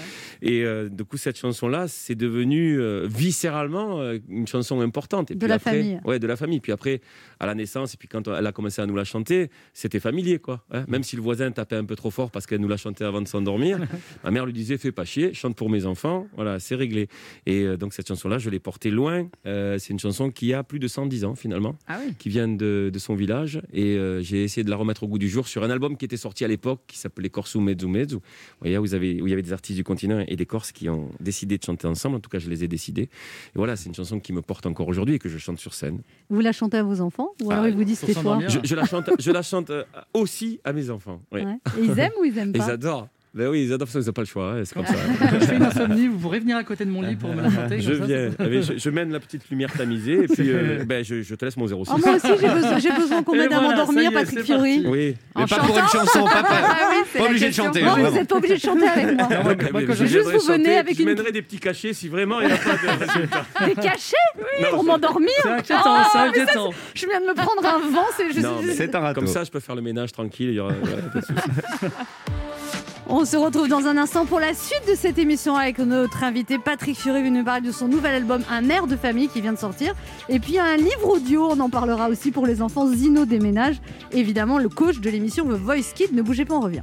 Speaker 4: c'est vrai.
Speaker 10: Et euh, du coup, cette chanson-là, c'est devenu euh, viscéralement euh, une chanson importante. Et
Speaker 3: De
Speaker 10: puis
Speaker 3: la
Speaker 10: après-
Speaker 3: famille.
Speaker 10: Ouais, de la famille. Puis après, à la naissance, et puis quand elle a commencé à nous la chanter, c'était familier, quoi. hein. Même si le voisin tapait un peu trop fort parce qu'elle nous l'a chanté avant de s'endormir, ma mère lui disait Fais pas chier, chante pour mes enfants. Voilà, c'est réglé. Et euh, donc, cette chanson-là, je l'ai portée loin. Euh, c'est une chanson qui a plus de 110 ans, finalement
Speaker 4: Ah oui.
Speaker 10: qui vient de, de son village. Et euh, j'ai essayé de la remettre au goût du jour sur un album qui était sorti à l'époque qui s'appelait Corsu Mezzo Mezzo. Vous voyez, vous avez, où il y avait des artistes du continent et des Corses qui ont décidé de chanter ensemble. En tout cas, je les ai décidés. Et voilà, c'est une chanson qui me porte encore aujourd'hui et que je chante sur scène.
Speaker 3: Vous la chantez à vos enfants Ou alors
Speaker 10: Ah,
Speaker 3: ils vous disent
Speaker 6: pour
Speaker 3: c'est toi
Speaker 6: s'endormir.
Speaker 10: Je, je la chante, je la chante euh, aussi à mes enfants. oui.
Speaker 3: Ouais. Et Ils aiment ou ils aiment
Speaker 10: Et
Speaker 3: pas
Speaker 10: ils adorent. Ben oui, ils adorent ça, ils n'ont pas le choix. hein, c'est comme ça.
Speaker 6: Quand je fais une insomnie, vous pourrez venir à côté de mon lit pour me la chanter.
Speaker 10: Je
Speaker 6: comme ça,
Speaker 10: viens, Ah, mais je, je mène la petite lumière tamisée et puis euh, ben, je, je te laisse mon 06.
Speaker 3: Oh, Moi aussi, j'ai besoin, j'ai besoin qu'on
Speaker 6: Et
Speaker 3: m'aide à
Speaker 6: voilà, ça
Speaker 3: m'endormir,
Speaker 6: y est,
Speaker 3: Patrick
Speaker 6: c'est
Speaker 3: Fiori.
Speaker 10: Oui.
Speaker 7: Mais
Speaker 4: En
Speaker 7: pas pour
Speaker 4: chantant
Speaker 7: une chanson, pas, pas-
Speaker 4: Ah oui, c'est
Speaker 7: pas
Speaker 4: la
Speaker 7: obligé de
Speaker 4: question.
Speaker 7: chanter.
Speaker 10: hein.
Speaker 3: Non,
Speaker 7: vraiment.
Speaker 3: vous n'êtes pas obligé de chanter avec moi.
Speaker 6: Ah ouais, quand- quand je-
Speaker 3: Juste, vous venez avec
Speaker 10: je
Speaker 3: une-
Speaker 10: mènerai des petits cachets si vraiment il n'y a pas de résultat.
Speaker 3: Des cachets Pour m'endormir
Speaker 6: C'est inquiétant, c'est inquiétant.
Speaker 3: Je viens de me prendre un vent, c'est je-
Speaker 10: Non, mais-
Speaker 7: C'est un râteau.
Speaker 10: Comme ça, je peux faire le ménage tranquille. il y aura- voilà, pas de souci.
Speaker 3: On se retrouve dans un instant pour la suite de cette émission avec notre invité Patrick Fury venu nous parler de son nouvel album Un air de famille qui vient de sortir. Et puis un livre audio, on en parlera aussi pour les enfants Zino déménage. Évidemment, le coach de l'émission The Voice Kid, ne bougez pas, on revient.